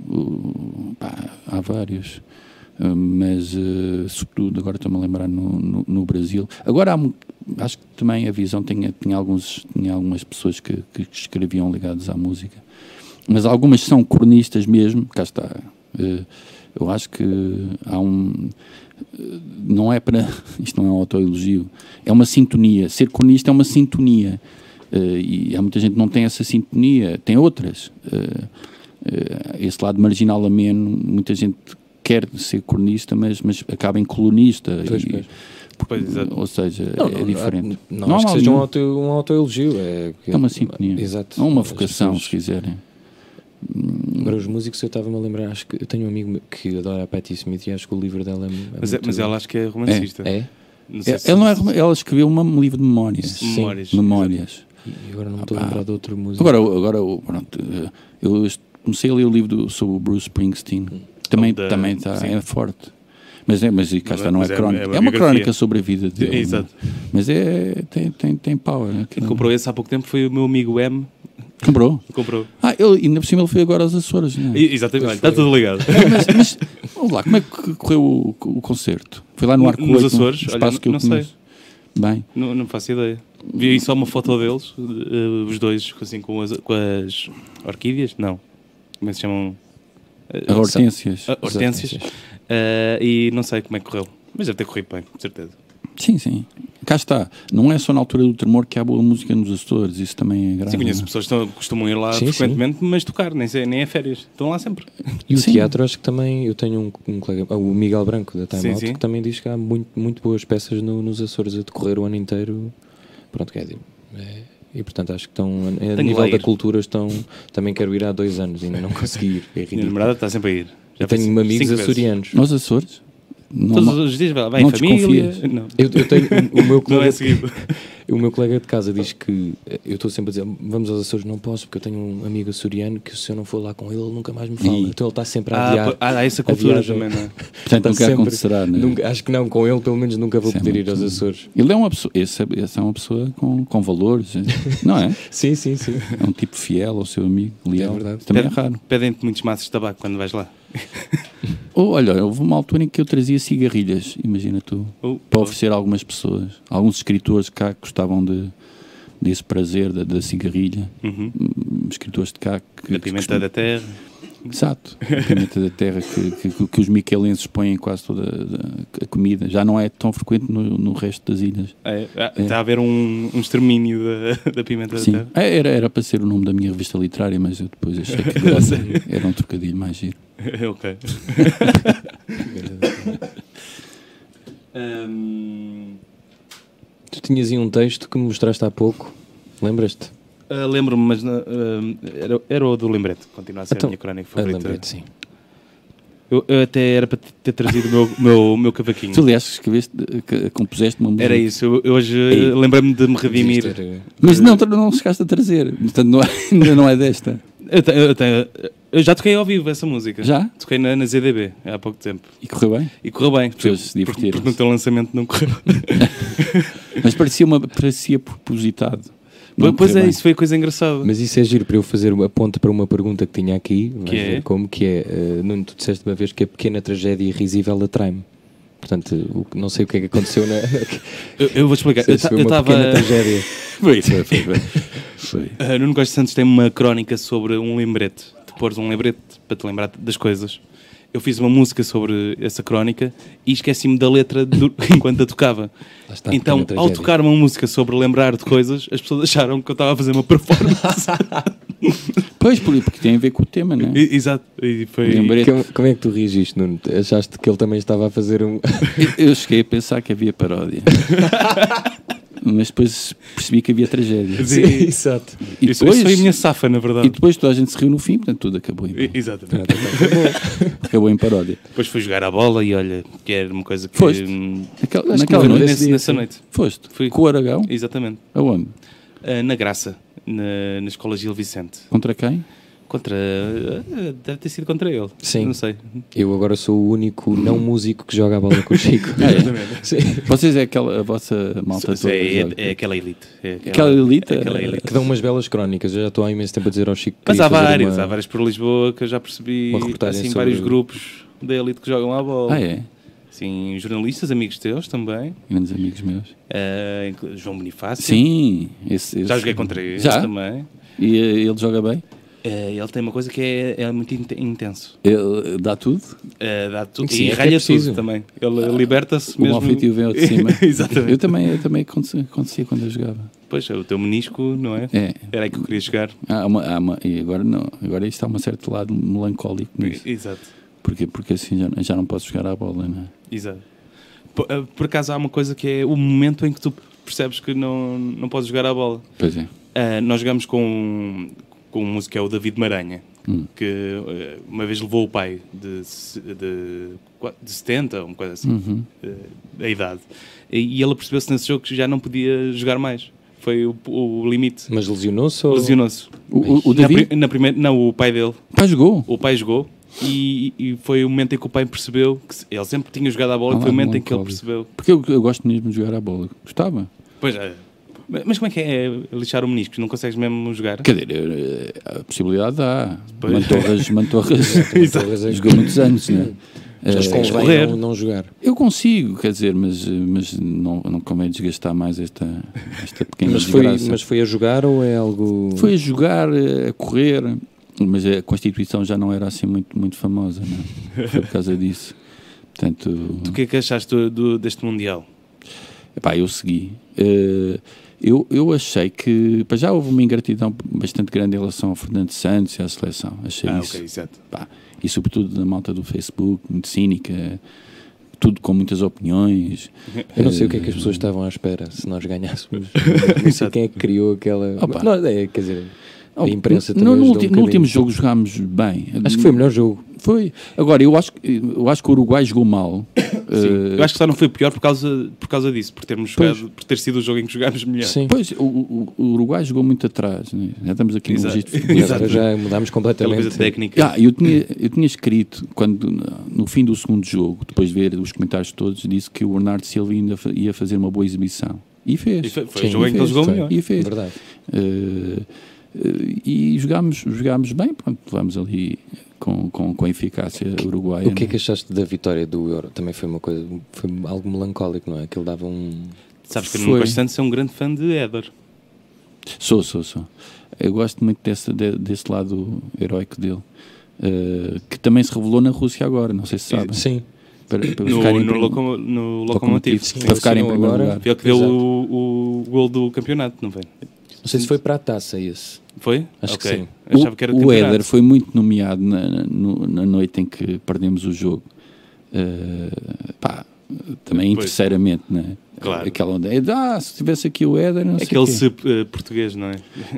S3: O- pá, há vários. Eh, Mas, eh, sobretudo, agora estou-me a lembrar no, no, no Brasil. Agora, há mu- acho que também a visão tinha, tinha, alguns, tinha algumas pessoas que, que escreviam ligados à música. Mas algumas são cronistas mesmo. Cá está. Eh, eu acho que há um. eh, Não é para. Isto não é um autoelogio. É uma sintonia. Ser cronista é uma sintonia. Eh, e há muita gente que não tem essa sintonia, tem outras. Eh, eh, esse lado marginal ameno, muita gente quer ser cronista, mas, mas acaba em colunista.
S1: Pois,
S3: e-
S1: pois.
S2: Pois, exato.
S3: Ou seja, é diferente.
S1: Não,
S3: Não
S1: acho
S3: há
S1: que seja um,
S3: nenhum.
S1: auto, um autoelogio. É, que-
S3: É uma sintonia.
S1: Exato.
S3: Há uma
S1: As
S3: vocação,
S1: pessoas-
S3: se quiserem.
S1: Agora, os músicos, eu estava-me a lembrar, acho que eu tenho um amigo que adora a Patti Smith e acho que o livro dela é, é
S2: Mas, é-
S1: muito-
S2: mas ela acho que é romancista.
S1: É?
S2: Não sei
S3: Ela,
S2: se-
S3: não é rom- ela escreveu uma- um livro de memórias.
S1: Sim.
S2: Memórias.
S3: Memórias.
S1: E agora não me estou a
S3: Ah,
S1: lembrar de outro músico.
S3: Agora, agora pronto, eh, eu est- comecei a ler o livro do- sobre o Bruce Springsteen. Também,
S2: Da-
S3: também está,
S2: Hum. sim.
S3: é forte. Mas, é, mas e cá
S2: Não,
S3: está, não
S2: mas
S3: é
S2: é-
S3: crónica.
S2: é
S3: É
S2: uma
S3: uma,
S2: biografia.
S3: crónica sobre a vida dele. não é?
S2: Exato.
S3: Mas é, tem, tem, tem power. né?
S2: Quem comprou esse há pouco tempo foi o meu amigo M.
S3: Comprou.
S2: Comprou.
S3: Ah, ele, ainda por cima ele foi agora aos Açores. Não
S1: Ah,
S3: é?
S2: E- Exatamente, está tudo ligado.
S3: mas, mas, vamos lá, como é que correu o, o concerto? Foi lá no
S2: No-
S3: Arco
S2: nos
S3: Oito,
S2: Açores?
S3: um
S2: Olha,
S3: espaço que eu
S2: não sei.
S3: conheço. Bem,
S2: não, não faço ideia. Vi aí só uma foto deles, eh, os dois assim, com, as, com as orquídeas. Não. Como é que se chamam? Eh,
S3: a Hortências.
S2: Ah, hortênsias. Eh, e não sei como é que correu. Mas deve ter corrido bem, com certeza.
S3: Sim, sim. Cá está. Não é só na altura do tremor que há boa música nos Açores, isso também é grave.
S2: Sim, conheço
S3: não é?
S2: pessoas que estão- costumam ir lá
S1: Sim, sim.
S2: frequentemente, mas tocar, nem, sei, nem é férias. Estão lá sempre.
S1: E o
S3: Sim.
S1: teatro, acho que também. Eu tenho um, um colega, ah, o Miguel Branco, da Time
S2: Sim,
S1: Out,
S2: sim.
S1: que também diz que há muito, muito boas peças no- nos Açores a decorrer o ano inteiro. Pronto, quer dizer. é- e portanto, acho que estão. A, a
S2: que lá
S1: nível da
S2: ir.
S1: cultura, estão. Também quero ir há dois anos, ainda não consegui ir. É
S2: Minha
S1: ridículo.
S2: namorada está sempre a ir.
S1: Eu
S2: foi
S1: tenho amigos
S2: cinco vezes.
S1: açorianos.
S3: Nos Açores? Não-
S2: Todos
S3: não-
S2: os dias vai, vai
S3: Não
S2: em família.
S3: desconfias?
S2: Não,
S1: Eu, eu tenho o meu
S2: não é
S1: colega,
S2: seguido.
S1: o meu colega de casa diz que eh, eu estou sempre a dizer vamos aos Açores, não posso porque eu tenho um amigo açoriano que se eu não for lá com ele ele nunca mais me fala.
S3: Ih.
S1: Então ele está sempre a
S2: Ah,
S1: adiar.
S2: pô, há essa cultura
S1: viagem.
S2: também, não é?
S3: Portanto,
S1: Está
S3: nunca
S1: sempre-
S3: acontecerá, né?
S1: Nunca- acho que não, com ele pelo menos nunca vou
S3: Isso é
S1: poder ir
S3: muito-
S1: aos Açores.
S3: Ele é uma pessoa, esse, é- esse é uma pessoa com, com valores, é? não é?
S1: Sim, sim, sim.
S3: É um tipo fiel ao seu amigo, leal.
S1: É verdade.
S3: Também é
S2: Pede-
S3: raro.
S2: Pedem-te muitos maços de tabaco quando vais lá.
S3: Ou, Oh, olha, houve uma altura em que eu trazia cigarrilhas, imagina tu,
S2: Oh,
S3: para oferecer a algumas pessoas. Alguns escritores cá que gostavam de, desse prazer da, da cigarrilha.
S2: Uhum.
S3: Hum, Escritores de cá que, que
S2: Da pimenta da terra.
S3: Exato. A pimenta da terra que, que, que os miquelenses põem em quase toda a- a comida. Já não é tão frequente no, no resto das ilhas.
S2: É, ah, Está a haver um, um extermínio da, da pimenta da
S3: Sim.
S2: terra.
S3: Ah, Era, era para ser o nome da minha revista literária, mas eu depois achei que era, era um trocadilho mais giro.
S2: ok. Hum,
S1: Tu tinhas aí um texto que me mostraste há pouco, lembras-te?
S2: ah, Lembro-me, mas não, hum, era, era o do lembrete. Continua a ser
S1: Então,
S2: a minha crónica
S1: Ah,
S2: favorita.
S1: Lembrei-te, sim.
S2: Eu, eu até era para ter trazido o meu, meu, meu cavaquinho.
S3: Tu, aliás, escreveste, que- compuseste uma música.
S2: Hum. Era isso. Eu, eu hoje eh,
S1: Ei.
S2: lembrei-me de me redimir.
S1: Devias ter, eh,
S3: Mas não, tu não chegaste a trazer. Portanto, não é, ainda não é desta.
S2: Eu, te- eu te- eu já toquei ao vivo essa música.
S3: Já?
S2: Toquei na, na ZDB há pouco tempo.
S3: E correu bem?
S2: E correu bem.
S3: pessoas se
S2: porque,
S3: divertiram-se.
S2: porque no teu lançamento não correu.
S3: Mas parecia, uma, parecia propositado. Não
S2: pois
S3: correu
S2: é,
S3: bem.
S2: isso foi a coisa engraçada.
S1: Mas isso é giro para eu fazer uma ponta para uma pergunta que tinha aqui, vais
S2: Que é?
S1: ver como, que é, eh, Nuno, tu disseste uma vez que a pequena tragédia risível atrai-me. Portanto, o que- não sei o que é que aconteceu na.
S2: Eu, eu vou explicar. Eu
S1: se foi uma
S2: estava.
S1: pequena tragédia.
S3: Foi, foi, foi, foi. Foi.
S2: Ah, Nuno Costa Santos tem uma crónica sobre um lembrete. Tu pôres um lembrete para te lembrar das coisas. Eu fiz uma música sobre essa crónica e esqueci-me da letra do- enquanto a tocava.
S1: Lá está,
S2: então,
S1: pequena
S2: ao
S1: tragédia.
S2: tocar uma música sobre lembrar de coisas, as pessoas acharam que eu estava a fazer uma performance.
S3: Pois, por- porque tem a ver com o tema, não é?
S2: E- Exato. E foi.
S3: Lembrei-
S1: Como, como é que tu reagiste, Nuno? Achaste que ele também estava a fazer um.
S3: Eu cheguei a pensar que havia paródia. Mas depois percebi que havia tragédia.
S2: Sim,
S1: Exato.
S3: E
S2: Isso, isso foi a
S3: depois,
S2: minha safa, na verdade.
S3: e Ah, tá depois toda a gente se riu no fim, portanto tudo acabou em,
S2: E- Exatamente.
S3: acabou em paródia.
S2: Depois fui jogar a bola e olha, que era uma coisa que.
S3: Foste.
S2: hum,
S3: Naquela,
S1: Acho que
S3: naquela
S1: me lembro
S3: noite,
S1: desse
S2: nesse-
S1: dia,
S2: nessa
S1: sim.
S2: noite.
S3: foste
S2: Fui.
S3: com o Aragão,
S2: Exatamente.
S3: aonde?
S2: Ah, na Graça, na, na escola Gil Vicente.
S3: Contra quem?
S2: Contra. ah, deve ter sido contra ele.
S1: Sim.
S2: Não sei.
S1: Eu agora sou o único não músico que joga a bola com o Chico.
S2: É, Exatamente.
S1: Sim.
S3: Vocês é aquela a vossa malta toda.
S2: É,
S3: sabe?
S2: é aquela elite. É
S3: Aquela elite?
S2: Aquela elite.
S1: Que dão umas belas crónicas. Eu já estou há imenso tempo a dizer ao Chico que.
S2: Mas
S1: queria
S2: há
S1: fazer
S2: vários,
S1: uma-
S2: há vários por Lisboa que eu já percebi
S1: Uma reportagem
S2: assim,
S1: sobre-
S2: vários grupos da elite que jogam à bola.
S3: Ah, é?
S2: Sim, jornalistas, amigos teus também.
S3: Grandes amigos meus.
S2: Ah, inclu- João Bonifácio.
S3: Sim, esse,
S2: Já
S3: esse-
S2: joguei contra ele
S3: Já?
S2: também.
S3: E eh, ele joga bem?
S2: Eh, ele tem uma coisa que é, é muito inte- intenso.
S3: Ele eh, dá tudo?
S2: Eh, dá tudo
S1: Sim,
S2: e
S1: é que é
S2: ralha
S1: preciso.
S2: tudo também. Ele liberta-se
S3: O
S2: mesmo.
S3: malfeitio Um vem ao de cima.
S2: Exatamente.
S3: Eu também, eu também acontecia, acontecia quando eu jogava.
S2: Pois, é, o teu menisco, não é?
S3: É.
S2: Era aí que eu queria chegar.
S3: Há uma, há uma- e agora não. Agora isto há um certo lado melancólico nisso.
S2: Exato.
S3: Porque, porque assim já, já não posso jogar à bola, não é?
S2: Exato. Por, eh, por acaso há uma coisa que é o momento em que tu percebes que não, não podes jogar a bola.
S3: Pois é.
S2: Ah, nós jogamos com, com um músico que é o David Maranha,
S3: Hum.
S2: que eh, uma vez levou o pai de, se- de, qua- de 70, uma coisa assim,
S3: Uhum.
S2: eh, a idade. E, e ele percebeu-se nesse jogo que já não podia jogar mais. Foi o, o limite.
S1: Mas lesionou-se ou.
S2: Lesionou-se.
S3: O, o, o
S2: Na,
S3: David
S2: pri- na primeira, não, o pai dele.
S3: pá, jogou.
S2: O pai jogou e, e foi o momento em que o pai percebeu que se- ele sempre tinha jogado a bola.
S3: Ah,
S2: e foi o momento em que ele
S3: melancólico.
S2: percebeu.
S3: Porque eu, eu gosto mesmo de jogar à bola. Gostava.
S2: Pois é. Mas mas como é que é lixar o menisco? Não consegues mesmo jogar?
S3: Quer dizer, eh, a possibilidade há.
S2: Pois.
S3: Mantorras, mantorras.
S1: Talvez eu-
S3: Jogou muitos anos, não é?
S1: Mas
S3: Eh,
S1: convém
S2: correr.
S1: não, não jogar.
S3: Eu consigo, quer dizer, mas, mas não, não convém desgastar mais esta, esta pequena
S1: Mas foi,
S3: desgraça.
S1: mas foi a jogar ou é algo.
S3: Foi a jogar, eh, a correr, mas a Constituição já não era assim muito, muito famosa, não é? Foi por causa disso. Portanto,
S2: O que é que achaste do- do- deste Mundial?
S3: epá, eu segui. Eh, eu, eu achei que. Para já houve uma ingratidão bastante grande em relação ao Fernando Santos e à seleção. Achei
S2: ah,
S3: é isso.
S2: ok, exato.
S3: pá, e sobretudo da malta do Facebook, muito cínica, tudo com muitas opiniões.
S1: Eu não sei o que é que as pessoas estavam à espera se nós ganhássemos. não sei quem é que criou aquela.
S3: Opa.
S1: Não, é, quer dizer,
S2: Hum.
S1: a
S3: Oh,
S1: imprensa
S3: no,
S1: também.
S3: no,
S1: ajudou
S3: ulti- no
S1: um bocadinho.
S3: último jogo jogámos bem.
S1: Acho que foi o melhor jogo.
S3: Foi. Agora, eu acho, que- eu acho que o Uruguai jogou mal. Eh,
S2: Eu acho que só não foi pior por causa, por causa disso, por termos
S3: Pois.
S2: jogado, por ter sido o jogo em que jogámos melhor.
S1: Sim.
S3: Pois, o, o- o Uruguai jogou muito atrás. né? Já estamos aqui no
S2: Exato.
S3: registro.
S1: Agora
S3: futbolístico.
S2: Exato.
S1: Já mudámos
S2: Aquela
S1: completamente.
S2: coisa técnica.
S3: Ah, eu, tinha, eu tinha escrito, quando, no fim do segundo jogo, depois de ver os comentários todos, disse que o Bernardo Silva ainda fa- ia fazer uma boa exibição. E fez.
S2: E foi foi
S1: Sim,
S2: o jogo em que
S3: fez,
S2: ele jogou
S1: foi.
S2: melhor.
S3: E fez.
S1: Verdade.
S3: Eh, eh, e jogámos, jogámos bem, pronto, vamos ali com, com, com eficácia uruguaia.
S1: O que é
S3: né?
S1: que achaste da vitória do Euro? Também foi uma coisa, foi algo melancólico, não é? Que ele dava um.
S2: Sabes que
S3: Foi.
S2: eu não gosto tanto de ser um grande fã de Éder.
S3: Sou, sou, sou. Eu gosto muito desse, de- desse lado heróico dele. eh, que também se revelou na Rússia agora, não sei se sabem.
S1: Ah, Sim.
S3: Para, para
S2: No,
S3: ficar em
S2: no,
S3: prim-
S2: locomo no Locomotive.
S1: Sim,
S3: para ficar em
S1: assinou
S3: primeiro
S1: agora.
S3: lugar.
S2: Foi ele que deu
S1: Exato.
S2: o, o gol do campeonato, não foi?
S1: Não sei se foi para a taça esse.
S2: Foi?
S1: Acho
S2: Ok.
S1: que sim.
S2: Achava que era do
S3: o
S2: campeonato.
S3: Éder foi muito nomeado na, na- no- na noite em que perdemos o jogo. Eh, pá, também
S2: Pois.
S3: interesseiramente, né?
S2: Claro.
S3: Aquela onda. é de, Ah, se tivesse aqui o Éder, não sei
S2: Aquele
S3: quê."
S2: se, eh, português, não é?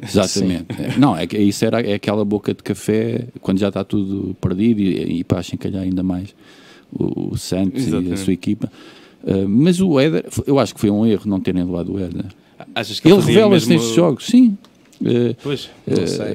S3: Exatamente. É, Não, é, que isso era é aquela boca de café quando já está tudo perdido e, e para achincalhar ainda mais o, o Santos e a
S2: Exatamente.
S3: sua equipa. Eh, mas o Éder, eu acho que foi um erro não terem levado o Éder.
S2: Achas que
S3: Ele
S2: fazia
S3: revela-se
S2: mesmo-
S3: nestes jogos, sim. Eh,
S2: Pois.
S1: Não
S3: eh,
S1: sei.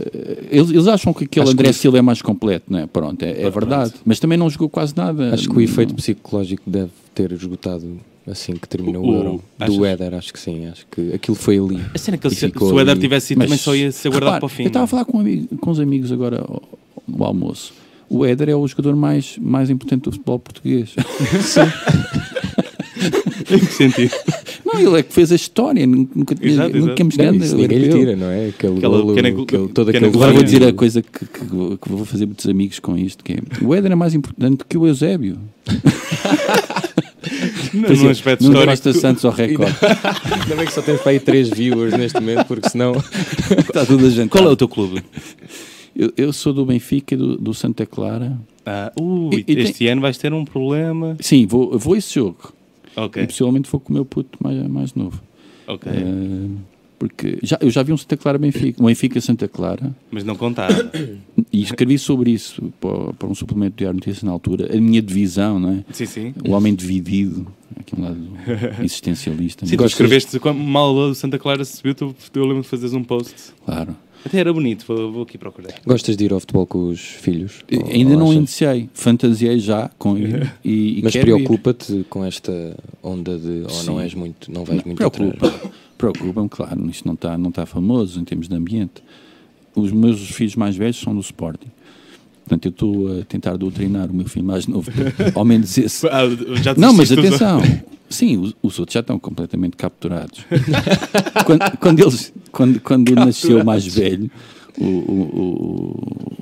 S3: eles, eles acham que aquele
S1: Acho que
S3: André
S1: o-
S3: Silva é mais completo, não é? Pronto, é, é
S2: Pronto.
S3: verdade. Mas também não jogou quase nada.
S1: Acho que o
S3: Não-
S1: efeito psicológico deve ter esgotado assim que terminou o,
S2: O-
S1: Euro.
S2: achas?
S1: Do Éder, acho que sim. Acho que aquilo foi ali.
S2: A cena é que ele,
S1: E
S2: se, se
S1: ficou
S2: o Éder
S1: ali.
S2: tivesse ido,
S3: Mas,
S2: também só ia ser guardado
S3: repare,
S2: para o fim.
S3: Eu estava
S2: não
S3: a
S2: é?
S3: falar com, um amigo- com uns amigos agora ao- no almoço. O Éder é o jogador mais, mais importante do futebol português.
S2: Em que sentido?
S3: não, ele é que fez a história. Nunca, nunca tinha-
S2: Exato, exato.
S3: nunca me
S1: Não,
S3: engano,
S1: isso ninguém lhe
S3: europeu.
S1: tira, não é? Aquele
S2: Aquela
S1: golo,
S2: pequena-
S1: aquele- todo
S2: pequena
S1: aquele
S2: gol-
S3: Agora vou
S2: Sim.
S3: dizer a coisa que, que vou- que vou fazer muitos amigos com isto, que é, o Éder é mais importante que o Eusébio.
S2: Não,
S3: Por
S2: num
S3: exemplo,
S2: aspecto
S3: Nuno
S2: É histórico.
S3: Costa Santos ao recorde.
S1: Ainda bem que só tens para aí 3 viewers neste momento, porque senão.
S3: Está tudo a jantar.
S2: Qual é o teu clube?
S3: eu, eu sou do Benfica e do, do Santa Clara.
S2: Ah, uh,
S3: E- e tem-
S2: este ano vais ter um problema.
S3: Sim, vou, vou a esse jogo. E
S2: Ok,
S3: possivelmente vou com o meu puto mais, mais novo.
S2: ok.
S1: É.
S3: Eh, porque já, eu já vi um Santa Clara Benfica, um Benfica Santa Clara,
S2: Mas não contava.
S3: e escrevi sobre isso para, para um suplemento de Diário de Notícias na altura. A minha divisão, não é?
S2: sim, sim.
S3: O homem dividido, aqui um lado existencialista,
S2: Sim,
S3: não
S2: tu
S3: é?
S2: escreveste quando mal o Santa Clara subiu, tu, eu lembro de fazeres um post.
S3: claro.
S2: Até era bonito, vou, vou aqui procurar.
S1: Gostas de ir ao futebol com os filhos? Ou-
S3: Ainda
S1: ou
S3: não
S1: achas?
S3: iniciei, fantasiei já com ele e, e
S1: Mas
S3: quero ir.
S1: preocupa-te com esta onda de ou não
S3: Sim.
S1: és muito, não vais
S3: Não,
S1: muito
S3: preocupa,
S1: atrás.
S3: preocupam, claro, isto não está não está famoso em termos de ambiente. Os meus filhos mais velhos são do Sporting. Portanto, eu estou a tentar doutrinar o meu filho mais novo, ao menos esse.
S2: Ah, já
S3: Não, mas
S2: desististe dos-
S3: atenção. Sim, os, os outros já estão completamente capturados. quando, quando eles, quando, quando nasceu o mais velho, o, o,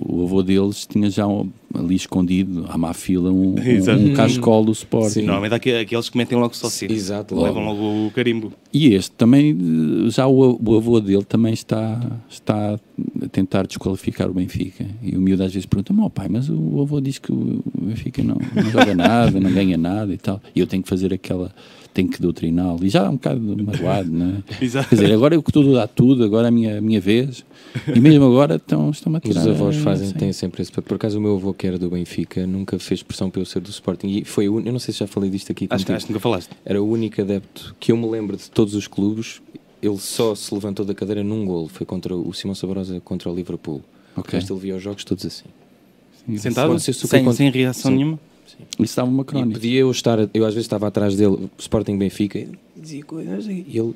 S3: o, o avô deles tinha já um- ali escondido, à má fila, um, um, um
S2: Exato.
S3: cascol do Sporting.
S1: Sim.
S2: Normalmente há aque- aqueles que metem logo só
S1: Exato, logo.
S2: Levam logo o carimbo.
S3: E este também, eh, já o, a- o avô dele também está, está a tentar desqualificar o Benfica. E o miúdo às vezes pergunta-me, "Ó pai, mas o avô diz que o Benfica não, não joga nada, não ganha nada e tal. E eu tenho que fazer aquela, tenho que doutriná-lo. E já é um bocado magoado, não é?
S2: Exato.
S3: Quer dizer, agora eu que estou a dar tudo, agora é a minha, a minha vez. E mesmo agora estão, estão a tirar.
S1: Os avós fazem,
S3: Sim.
S1: têm sempre esse papel. Por acaso, o meu avô, que era do Benfica, nunca fez pressão para eu ser do Sporting. E foi o un- eu não sei se já falei disto aqui
S2: Acho, que-
S1: contigo.
S2: acho que nunca falaste.
S1: Era o único adepto que eu me lembro de todos os clubes. Ele só se levantou da cadeira num golo. Foi contra o Simão Sabrosa contra o Liverpool.
S3: Ok.
S1: Depois ele via os jogos todos assim.
S2: Sentado?
S1: Aconteceu super
S2: Sem,
S1: contra-
S2: sem reação
S1: Sim.
S2: nenhuma?
S3: Isso estava uma
S1: E
S3: crónica.
S1: podia eu estar, eu às vezes estava atrás dele, Sporting Benfica, e dizia coisas e ele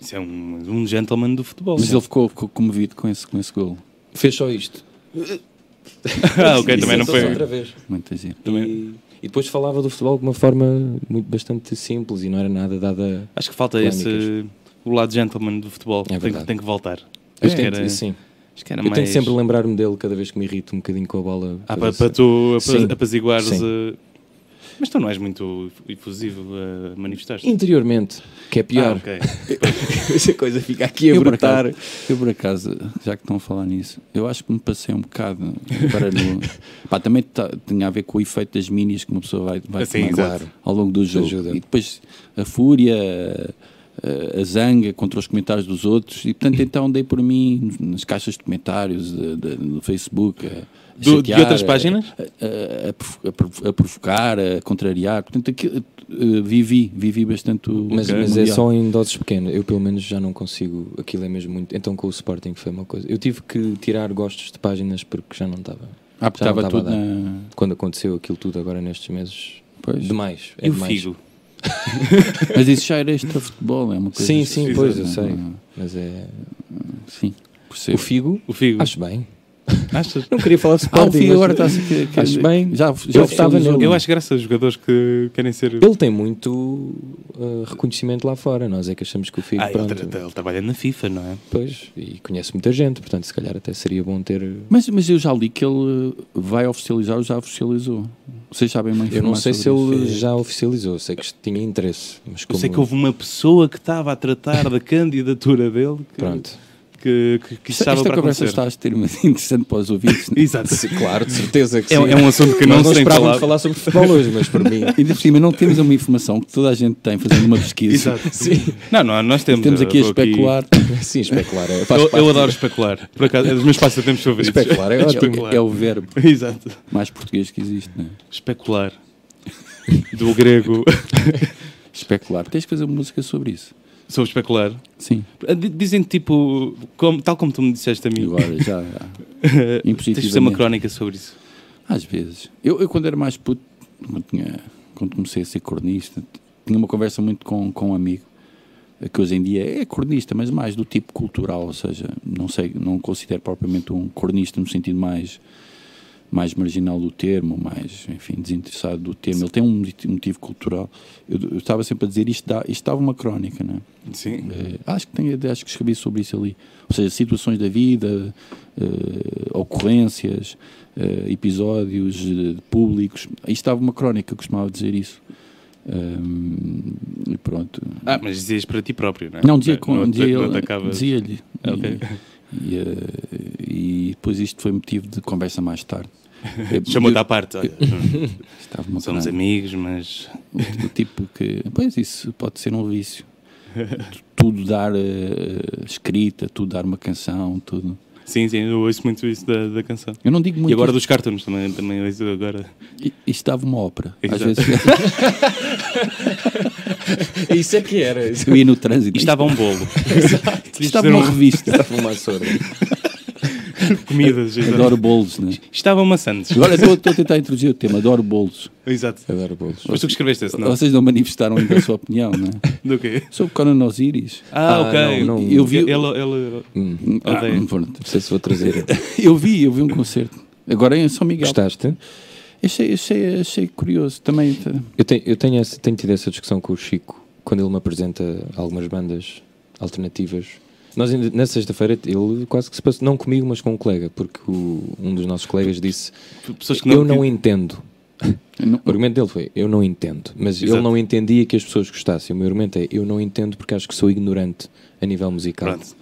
S2: Isso é um, um gentleman do futebol.
S3: Mas ele ficou, ficou comovido com esse, com esse gol.
S1: fez só isto.
S2: ah, ok,
S1: E
S2: também não
S1: sentou-se
S2: foi.
S1: é Outra vez.
S3: Muito giro.
S1: E, e depois falava do futebol de uma forma muito, bastante simples e não era nada dada.
S2: Acho que falta esse. O lado gentleman do futebol. Tem que- tem,
S1: É verdade.
S2: que voltar.
S1: Eu,
S2: Acho que É, era,
S1: tento, sim.
S2: acho que era
S1: eu
S2: mais.
S1: tento sempre lembrar-me dele cada vez que me irrito um bocadinho com a bola.
S2: Ah,
S1: Para
S2: para,
S1: ver se-
S2: para tu apa-
S1: Sim.
S2: apaziguares.
S1: Sim.
S2: eh, Mas tu não és muito efusivo a manifestar-te.
S1: Interiormente, que é
S2: Ah,
S1: pior.
S2: ok.
S1: Essa coisa fica aqui a
S3: Eu, por
S1: brotar.
S3: Eu, por acaso, já que estão a falar nisso, eu acho que me passei um bocado para no... Pá, também tá- tinha a ver com o efeito das minis que uma pessoa vai, vai
S2: Sim,
S3: tomando
S2: claro.
S3: ao longo do jogo.
S1: ajuda.
S3: E depois a fúria, a, a zanga contra os comentários dos outros. E, portanto, então dei por mim nas caixas de comentários de- de- do Facebook... a- a
S2: Do- de
S3: chatear,
S2: outras
S1: é,
S3: a-
S2: páginas?
S3: a, a provo- a provo- a provocar, a contrariar, portanto, aquilo, eh, vivi, vivi bastante o.
S1: Mas,
S3: o
S1: mas é
S3: Mundial.
S1: só em doses pequenas. Eu, pelo menos, já não consigo. Aquilo é mesmo muito. Então, com o Sporting foi uma coisa. Eu tive que tirar gostos de páginas porque já não estava.
S3: Ah, porque
S1: já não
S3: estava
S1: estava
S3: tudo
S1: a dar.
S3: na.
S1: Quando aconteceu aquilo tudo agora nestes meses.
S3: Pois.
S1: Demais. É
S2: E o
S1: demais.
S2: Figo?
S3: Mas isso já era extra futebol, é uma coisa.
S1: Sim, sim,
S3: esquisita,
S1: pois, eu
S3: não é?
S1: sei. Mas é.
S3: Sim,
S1: O
S3: percebo.
S1: Figo,
S2: O Figo.
S1: acho bem.
S2: Achas?
S1: Não queria falar de
S3: Ah, o
S1: Sporting.
S3: Fio
S1: mas-
S3: agora está-se. que- que-
S1: Acho bem.
S3: Já, já
S1: Eu estava
S3: oficializou.
S1: nele.
S2: Eu acho graça aos jogadores que querem ser.
S1: Ele tem muito uh, reconhecimento lá fora. Nós é que achamos que o Figo,
S2: Ah, ele,
S1: pronto,
S2: tra- ele trabalha na FIFA, não é?
S1: pois, e conhece muita gente, portanto, se calhar até seria bom ter.
S3: Mas, mas eu já li que ele eh, vai oficializar ou já oficializou. Vocês sabem mais
S1: Eu não sei se
S3: sobre
S1: ele
S3: isso.
S1: já oficializou, sei que tinha interesse, mas
S2: Eu
S1: como.
S2: sei que houve um uma pessoa que estava a tratar da candidatura dele que,
S1: Pronto,
S2: que, que, que
S3: Esta,
S2: estava
S3: esta
S2: para
S3: conversa
S2: acontecer.
S3: está a ter interessante para os ouvintes. né?
S2: Exato.
S1: Se- claro, de certeza que
S2: É,
S1: sim.
S2: é um assunto que não
S1: Nós não
S2: se tem
S1: esperávamos
S2: falado.
S1: falar sobre futebol hoje, mas por mim.
S3: Ainda por cima, não temos uma informação que toda a gente tem fazendo uma pesquisa.
S2: Exato. Não, não, nós temos.
S3: Estamos
S2: eu
S3: aqui a
S2: vou
S3: especular.
S1: Sim, especular. É, faz
S2: Eu,
S1: parte.
S2: eu adoro especular. Por acaso, é dos meus passatempos favoritos.
S1: Especular é ótimo.
S2: Especular.
S3: É o verbo
S2: Exato.
S3: mais português que existe, não é?
S2: Especular. Do grego.
S3: Especular. Tens que fazer uma música sobre isso.
S2: Sou especular.
S3: Sim.
S2: D- Dizem tipo, como- tal como tu me disseste a mim,
S3: Agora já. já.
S2: tens de fazer uma
S3: impositivamente.
S2: crónica sobre isso.
S3: Às vezes. Eu, eu quando era mais puto, quando, tinha- quando comecei a ser cornista, tinha uma conversa muito com, com um amigo, eh, que hoje em dia é cornista, mas mais do tipo cultural, ou seja, não sei, não considero propriamente um cornista no sentido mais mais marginal do termo, mais, enfim, desinteressado do termo. Ele tem um moti- motivo cultural. Eu, eu estava sempre a dizer, isto, dá, isto estava uma crónica, não é?
S2: Sim.
S3: Eh, acho que tem, acho que escrevi sobre isso ali. Ou seja, situações da vida, eh, ocorrências, eh, episódios eh, públicos. Aí estava uma crónica, eu costumava dizer isso. Ahm, e pronto.
S2: Ah, mas dizias para ti próprio, não é?
S3: não, dizia
S2: com
S3: com- dizia ele- dizia-lhe.
S2: Ah, ok.
S3: E, eh, e depois isto foi motivo de conversa mais tarde. Eu-
S2: Chamou-te
S3: eu-
S2: à parte. Olha,
S3: estava uma
S2: somos
S3: crónica.
S2: amigos, mas.
S3: O tipo que. Pois isso pode ser um vício. Tu- tudo dar eh, escrita, tudo dar uma canção, tudo.
S2: Sim, sim, eu ouço muito isso da, da canção.
S3: Eu não digo muito.
S2: E agora dos cartoons também, também ouço agora.
S3: I- Isto dava uma ópera.
S2: Exato.
S3: Às vezes
S1: Isso é que era. Isso
S3: eu tipo, ia no trânsito.
S2: Isto dava um bolo.
S3: Isto dava um
S2: um
S3: uma revista.
S1: estava uma sorda.
S2: comidas. exato.
S3: Adoro bolos, né?
S2: Isto dava maçãs.
S3: Agora estou estou a tentar introduzir o tema. Adoro bolos.
S2: Exato.
S1: Adoro bolos.
S2: Mas tu que escreveste esse, não?
S3: Vocês não manifestaram ainda a sua opinião, né?
S2: Do quê?
S3: Sobre Conan Osiris.
S2: Ah,
S1: Ah,
S2: ok.
S1: não, não.
S3: Eu vi.
S2: Ele, ele-
S3: Ah,
S2: Odeio.
S3: pronto.
S1: Não sei se vou trazer.
S3: Eu vi, eu vi um concerto. Agora em São Miguel.
S1: Gostaste?
S3: Achei, achei, achei curioso. Também. eh,
S1: Eu, tenho, eu tenho, essa- tenho tido essa discussão com o Chico quando ele me apresenta algumas bandas alternativas. Nós, ainda- na sexta-feira, ele quase que se passou, não comigo, mas com um colega, porque o- um dos nossos colegas disse:
S2: pessoas que não.
S1: Eu não entendo.
S3: Não-
S1: O argumento dele foi: Eu não entendo. Mas
S2: Exato.
S1: ele não entendia que as pessoas gostassem. O meu argumento é: Eu não entendo porque acho que sou ignorante a nível musical.
S2: Pronto.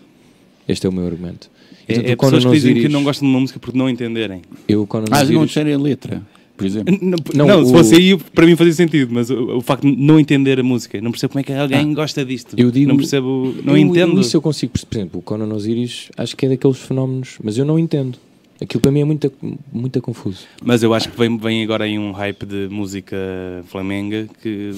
S1: Este é o meu argumento.
S2: É,
S1: Portanto,
S2: é
S1: o Conan
S2: pessoas que dizem que
S1: Osiris-
S2: não gostam de uma música porque não entenderem.
S1: Eu, o Conan
S3: Ah, não
S1: Osiris-
S3: disserem a letra, por exemplo.
S2: N- Não,
S1: Não,
S2: não, se
S1: o-
S2: fosse aí, para mim fazia sentido, mas o, o facto de não entender a música, não percebo como é que alguém gosta disto.
S1: Ah, eu digo-
S2: não percebo, não
S1: Eu-
S2: entendo.
S1: eu- Isso eu consigo perceber. Por exemplo, o Conan Osiris acho que é daqueles fenómenos, mas eu não entendo. Aquilo para mim é muito, muito confuso.
S2: Mas eu acho que vem, vem agora aí um hype de música flamenga que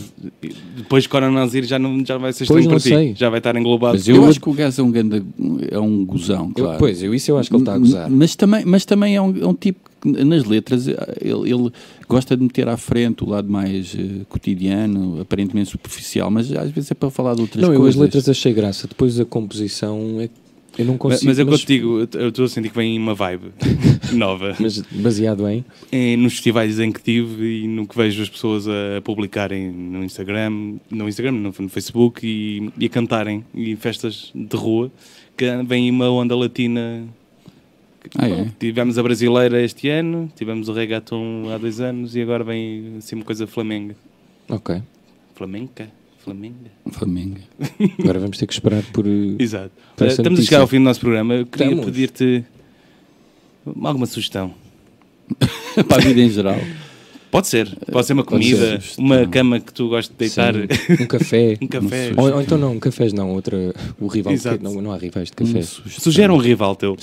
S2: depois de Coronel Zir já não já vai ser
S1: Pois,
S2: estranho para
S1: não
S2: ti.
S1: sei.
S2: Já vai estar englobado.
S1: Mas
S3: Eu,
S1: eu-
S3: acho que o gajo é um grande. é um gozão,
S1: Eu-
S3: claro.
S1: pois, eu, isso eu acho que ele está a gozar.
S3: Mas também, mas também é, um, é um tipo que nas letras eh, ele, ele gosta de meter à frente o lado mais eh, cotidiano, aparentemente superficial, mas às vezes é para falar de outras
S1: Não, eu as
S3: coisas.
S1: letras achei graça. Depois a composição, é, eu não
S2: mas,
S1: consigo.
S2: mas é o que eu te digo, eu- eu estou a sentir que vem uma vibe nova.
S1: mas baseado em.
S2: É nos festivais em que tive e no que vejo as pessoas a publicarem no Instagram, no Instagram, no, no Facebook e, e a cantarem em festas de rua, que vem aí uma onda latina.
S3: Ah, é?
S2: Tivemos a brasileira este ano, tivemos o reggaeton há dois anos e agora vem assim uma coisa flamenga.
S1: Ok.
S2: Flamenca? Flamenga?
S3: Flamengo.
S1: Agora vamos ter que esperar por. eh,
S2: Exato.
S1: Parece
S2: Eh, estamos
S1: a
S2: a
S1: notícia.
S2: chegar ao fim do nosso programa. Eu queria
S1: Estamos.
S2: pedir-te alguma sugestão.
S3: para a vida em geral.
S2: Pode ser. Pode ser uma
S1: Pode
S2: comida,
S3: ser.
S2: uma cama que tu gostes de deitar,
S1: sim, um café.
S2: um café.
S1: ou, ou então não, cafés não, outra. O rival.
S2: Exato.
S1: que- não, não há rivais de
S3: Um
S1: café.
S3: susto.
S2: Sugere um rival teu.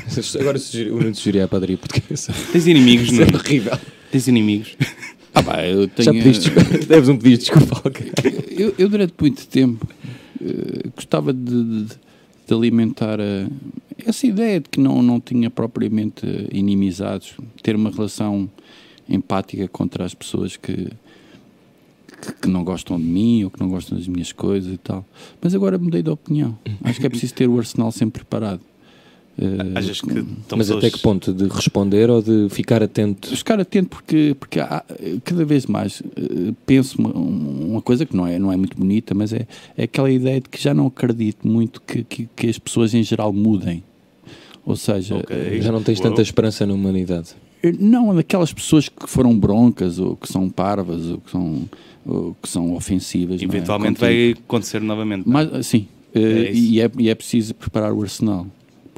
S1: Agora sugiro, o Nuno sugeria a padaria portuguesa.
S2: Tens inimigos,
S1: Isso é
S2: não?
S1: horrível.
S2: Tens inimigos.
S3: Ah, pá, eu tenho. eh,
S1: Já pediste desculpa. Deves um pedido de desculpa a alguém.
S3: eu, eu durante muito tempo eh, gostava de, de- de alimentar eh, essa ideia de que não, não tinha propriamente eh, inimizados, ter uma relação empática contra as pessoas que, que, que não gostam de mim ou que não gostam das minhas coisas e tal. Mas agora mudei de opinião. Acho que é preciso ter o arsenal sempre preparado. eh,
S2: Achas que estão
S1: Mas
S2: pessoas...
S1: até que ponto? De responder ou de ficar atento?
S3: ficar atento porque, porque há, eh, cada vez mais eh, penso uma, um- uma coisa que não é, não é muito bonita, mas é, é aquela ideia de que já não acredito muito que, que, que as pessoas em geral mudem. Ou seja,
S2: Ok.
S3: eh,
S1: Já não tens
S2: Uou.
S1: tanta esperança na humanidade.
S3: não daquelas pessoas que foram broncas ou que são parvas ou que são, ou que são ofensivas. não é?
S2: Eventualmente
S3: Contigo.
S2: vai acontecer novamente. não é?
S3: Mas, sim, eh,
S2: É isso.
S3: e, é, e é preciso preparar o arsenal.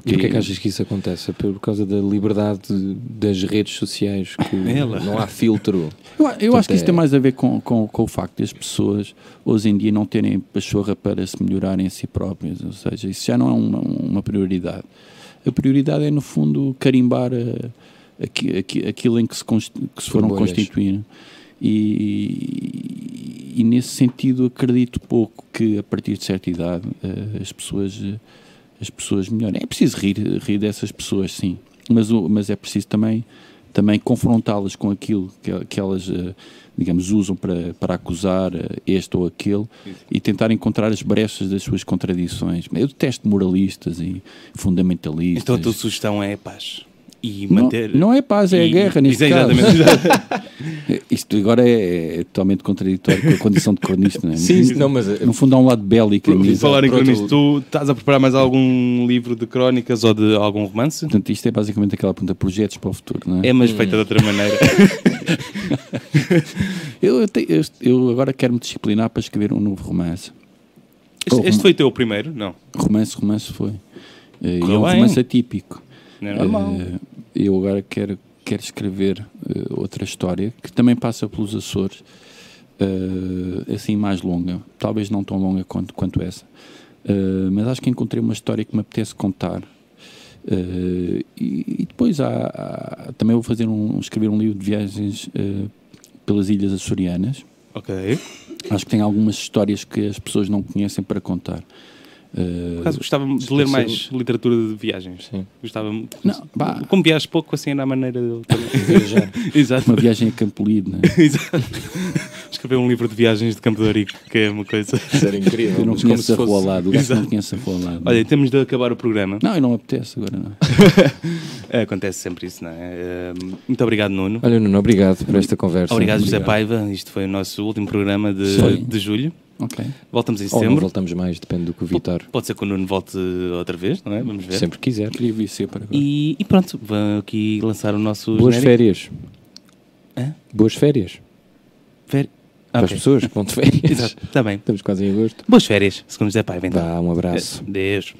S1: E porquê é que achas que isso acontece? Por causa da liberdade das redes sociais, que
S2: Ela.
S1: não há filtro.
S3: Eu, eu acho que isso
S1: é-
S3: tem mais a ver com, com, com o facto das pessoas hoje em dia não terem pachorra para se melhorarem a si próprias, ou seja, isso já não é uma, uma prioridade. A prioridade é, no fundo, carimbar eh, aqui- aqui- aquilo em que se, cons- que se foram
S1: Bolhas.
S3: constituindo. E, e nesse sentido acredito pouco que a partir de certa idade eh, as pessoas eh, as pessoas melhorem. É preciso rir, rir dessas pessoas, sim, mas, o- mas é preciso também, também confrontá-las com aquilo que, el- que elas, eh, digamos, usam para, para acusar eh, este ou aquele e tentar encontrar as brechas das suas contradições. Eu detesto moralistas e fundamentalistas.
S2: Então a tua sugestão é paz. E
S3: Não-
S2: manter...
S3: não, é paz, é
S2: e-
S3: guerra neste
S2: Isso é
S3: caso.
S2: exatamente-
S3: Isto agora é, é totalmente contraditório com a condição de cronista, não é?
S1: não, mas
S3: No fundo há um lado bélico.
S2: Por,
S3: em
S2: por
S3: mim.
S2: falar em
S1: Pronto.
S2: cronistas, tu estás a preparar mais algum livro de crónicas ou de algum romance?
S3: Portanto, isto é basicamente aquela pergunta, projetos para o futuro, não é?
S2: É, mas feita de outra maneira.
S3: Eu, eu, te- eu- eu agora quero-me disciplinar para escrever um novo romance.
S2: Este, este foi teu primeiro? Não.
S3: Romance, romance foi. Eh, E é
S2: Correu
S3: um
S2: bem.
S3: romance atípico.
S2: Não é normal.
S3: Eh, Eu agora quero, quero escrever eh, outra história que também passa pelos Açores, eh, assim mais longa. Talvez não tão longa quanto, quanto essa. Eh, mas acho que encontrei uma história que me apetece contar. Eh, e, e depois há, há- também vou fazer um, escrever um livro de viagens eh, pelas ilhas açorianas.
S2: Ok.
S3: Acho que tem algumas histórias que as pessoas não conhecem para contar. Eh,
S2: Por acaso gostava de ler mais literatura de viagens.
S1: Sim.
S2: Gostava muito.
S3: Não, pá.
S2: Como viajas pouco, assim é na maneira de eu também. Exato.
S3: uma viagem a Campolide, né?
S2: Exato. Escrever um livro de viagens de Campo de Orico, que é uma coisa.
S1: isso era incrível.
S3: eu não
S1: mas como
S3: conheço
S1: se
S3: a rua ao
S1: fosse-
S3: lado, o gajo
S2: Exato.
S3: não conhece a rua ao lado.
S2: Olha, temos de acabar o programa. eh,
S3: Não, eu não me apetece agora, não.
S2: Acontece sempre isso, não é? Ahm, Muito obrigado, Nuno.
S1: Olha, Nuno, obrigado por esta conversa.
S2: Obrigado, José
S1: Obrigado.
S2: Paiva. Isto foi o nosso último programa de,
S3: Sim.
S2: de julho.
S3: Ok.
S2: Voltamos em
S1: Ou não
S2: setembro.
S1: voltamos mais, depende do que o Vitor
S2: Pode ser que o Nuno volte outra vez, não é? Vamos ver.
S1: sempre quiser.
S3: Eu queria vir sempre agora.
S2: E, e pronto, vou aqui lançar o nosso.
S1: Boas
S2: genérico.
S1: férias.
S2: Hã?
S1: Boas férias.
S2: Féri-
S1: Para as
S2: Ok.
S1: pessoas que vão de férias.
S2: Exato, está bem.
S1: Estamos quase em agosto.
S2: Boas férias, segundo José Paiva, então.
S1: Vá, um abraço.
S2: Deus.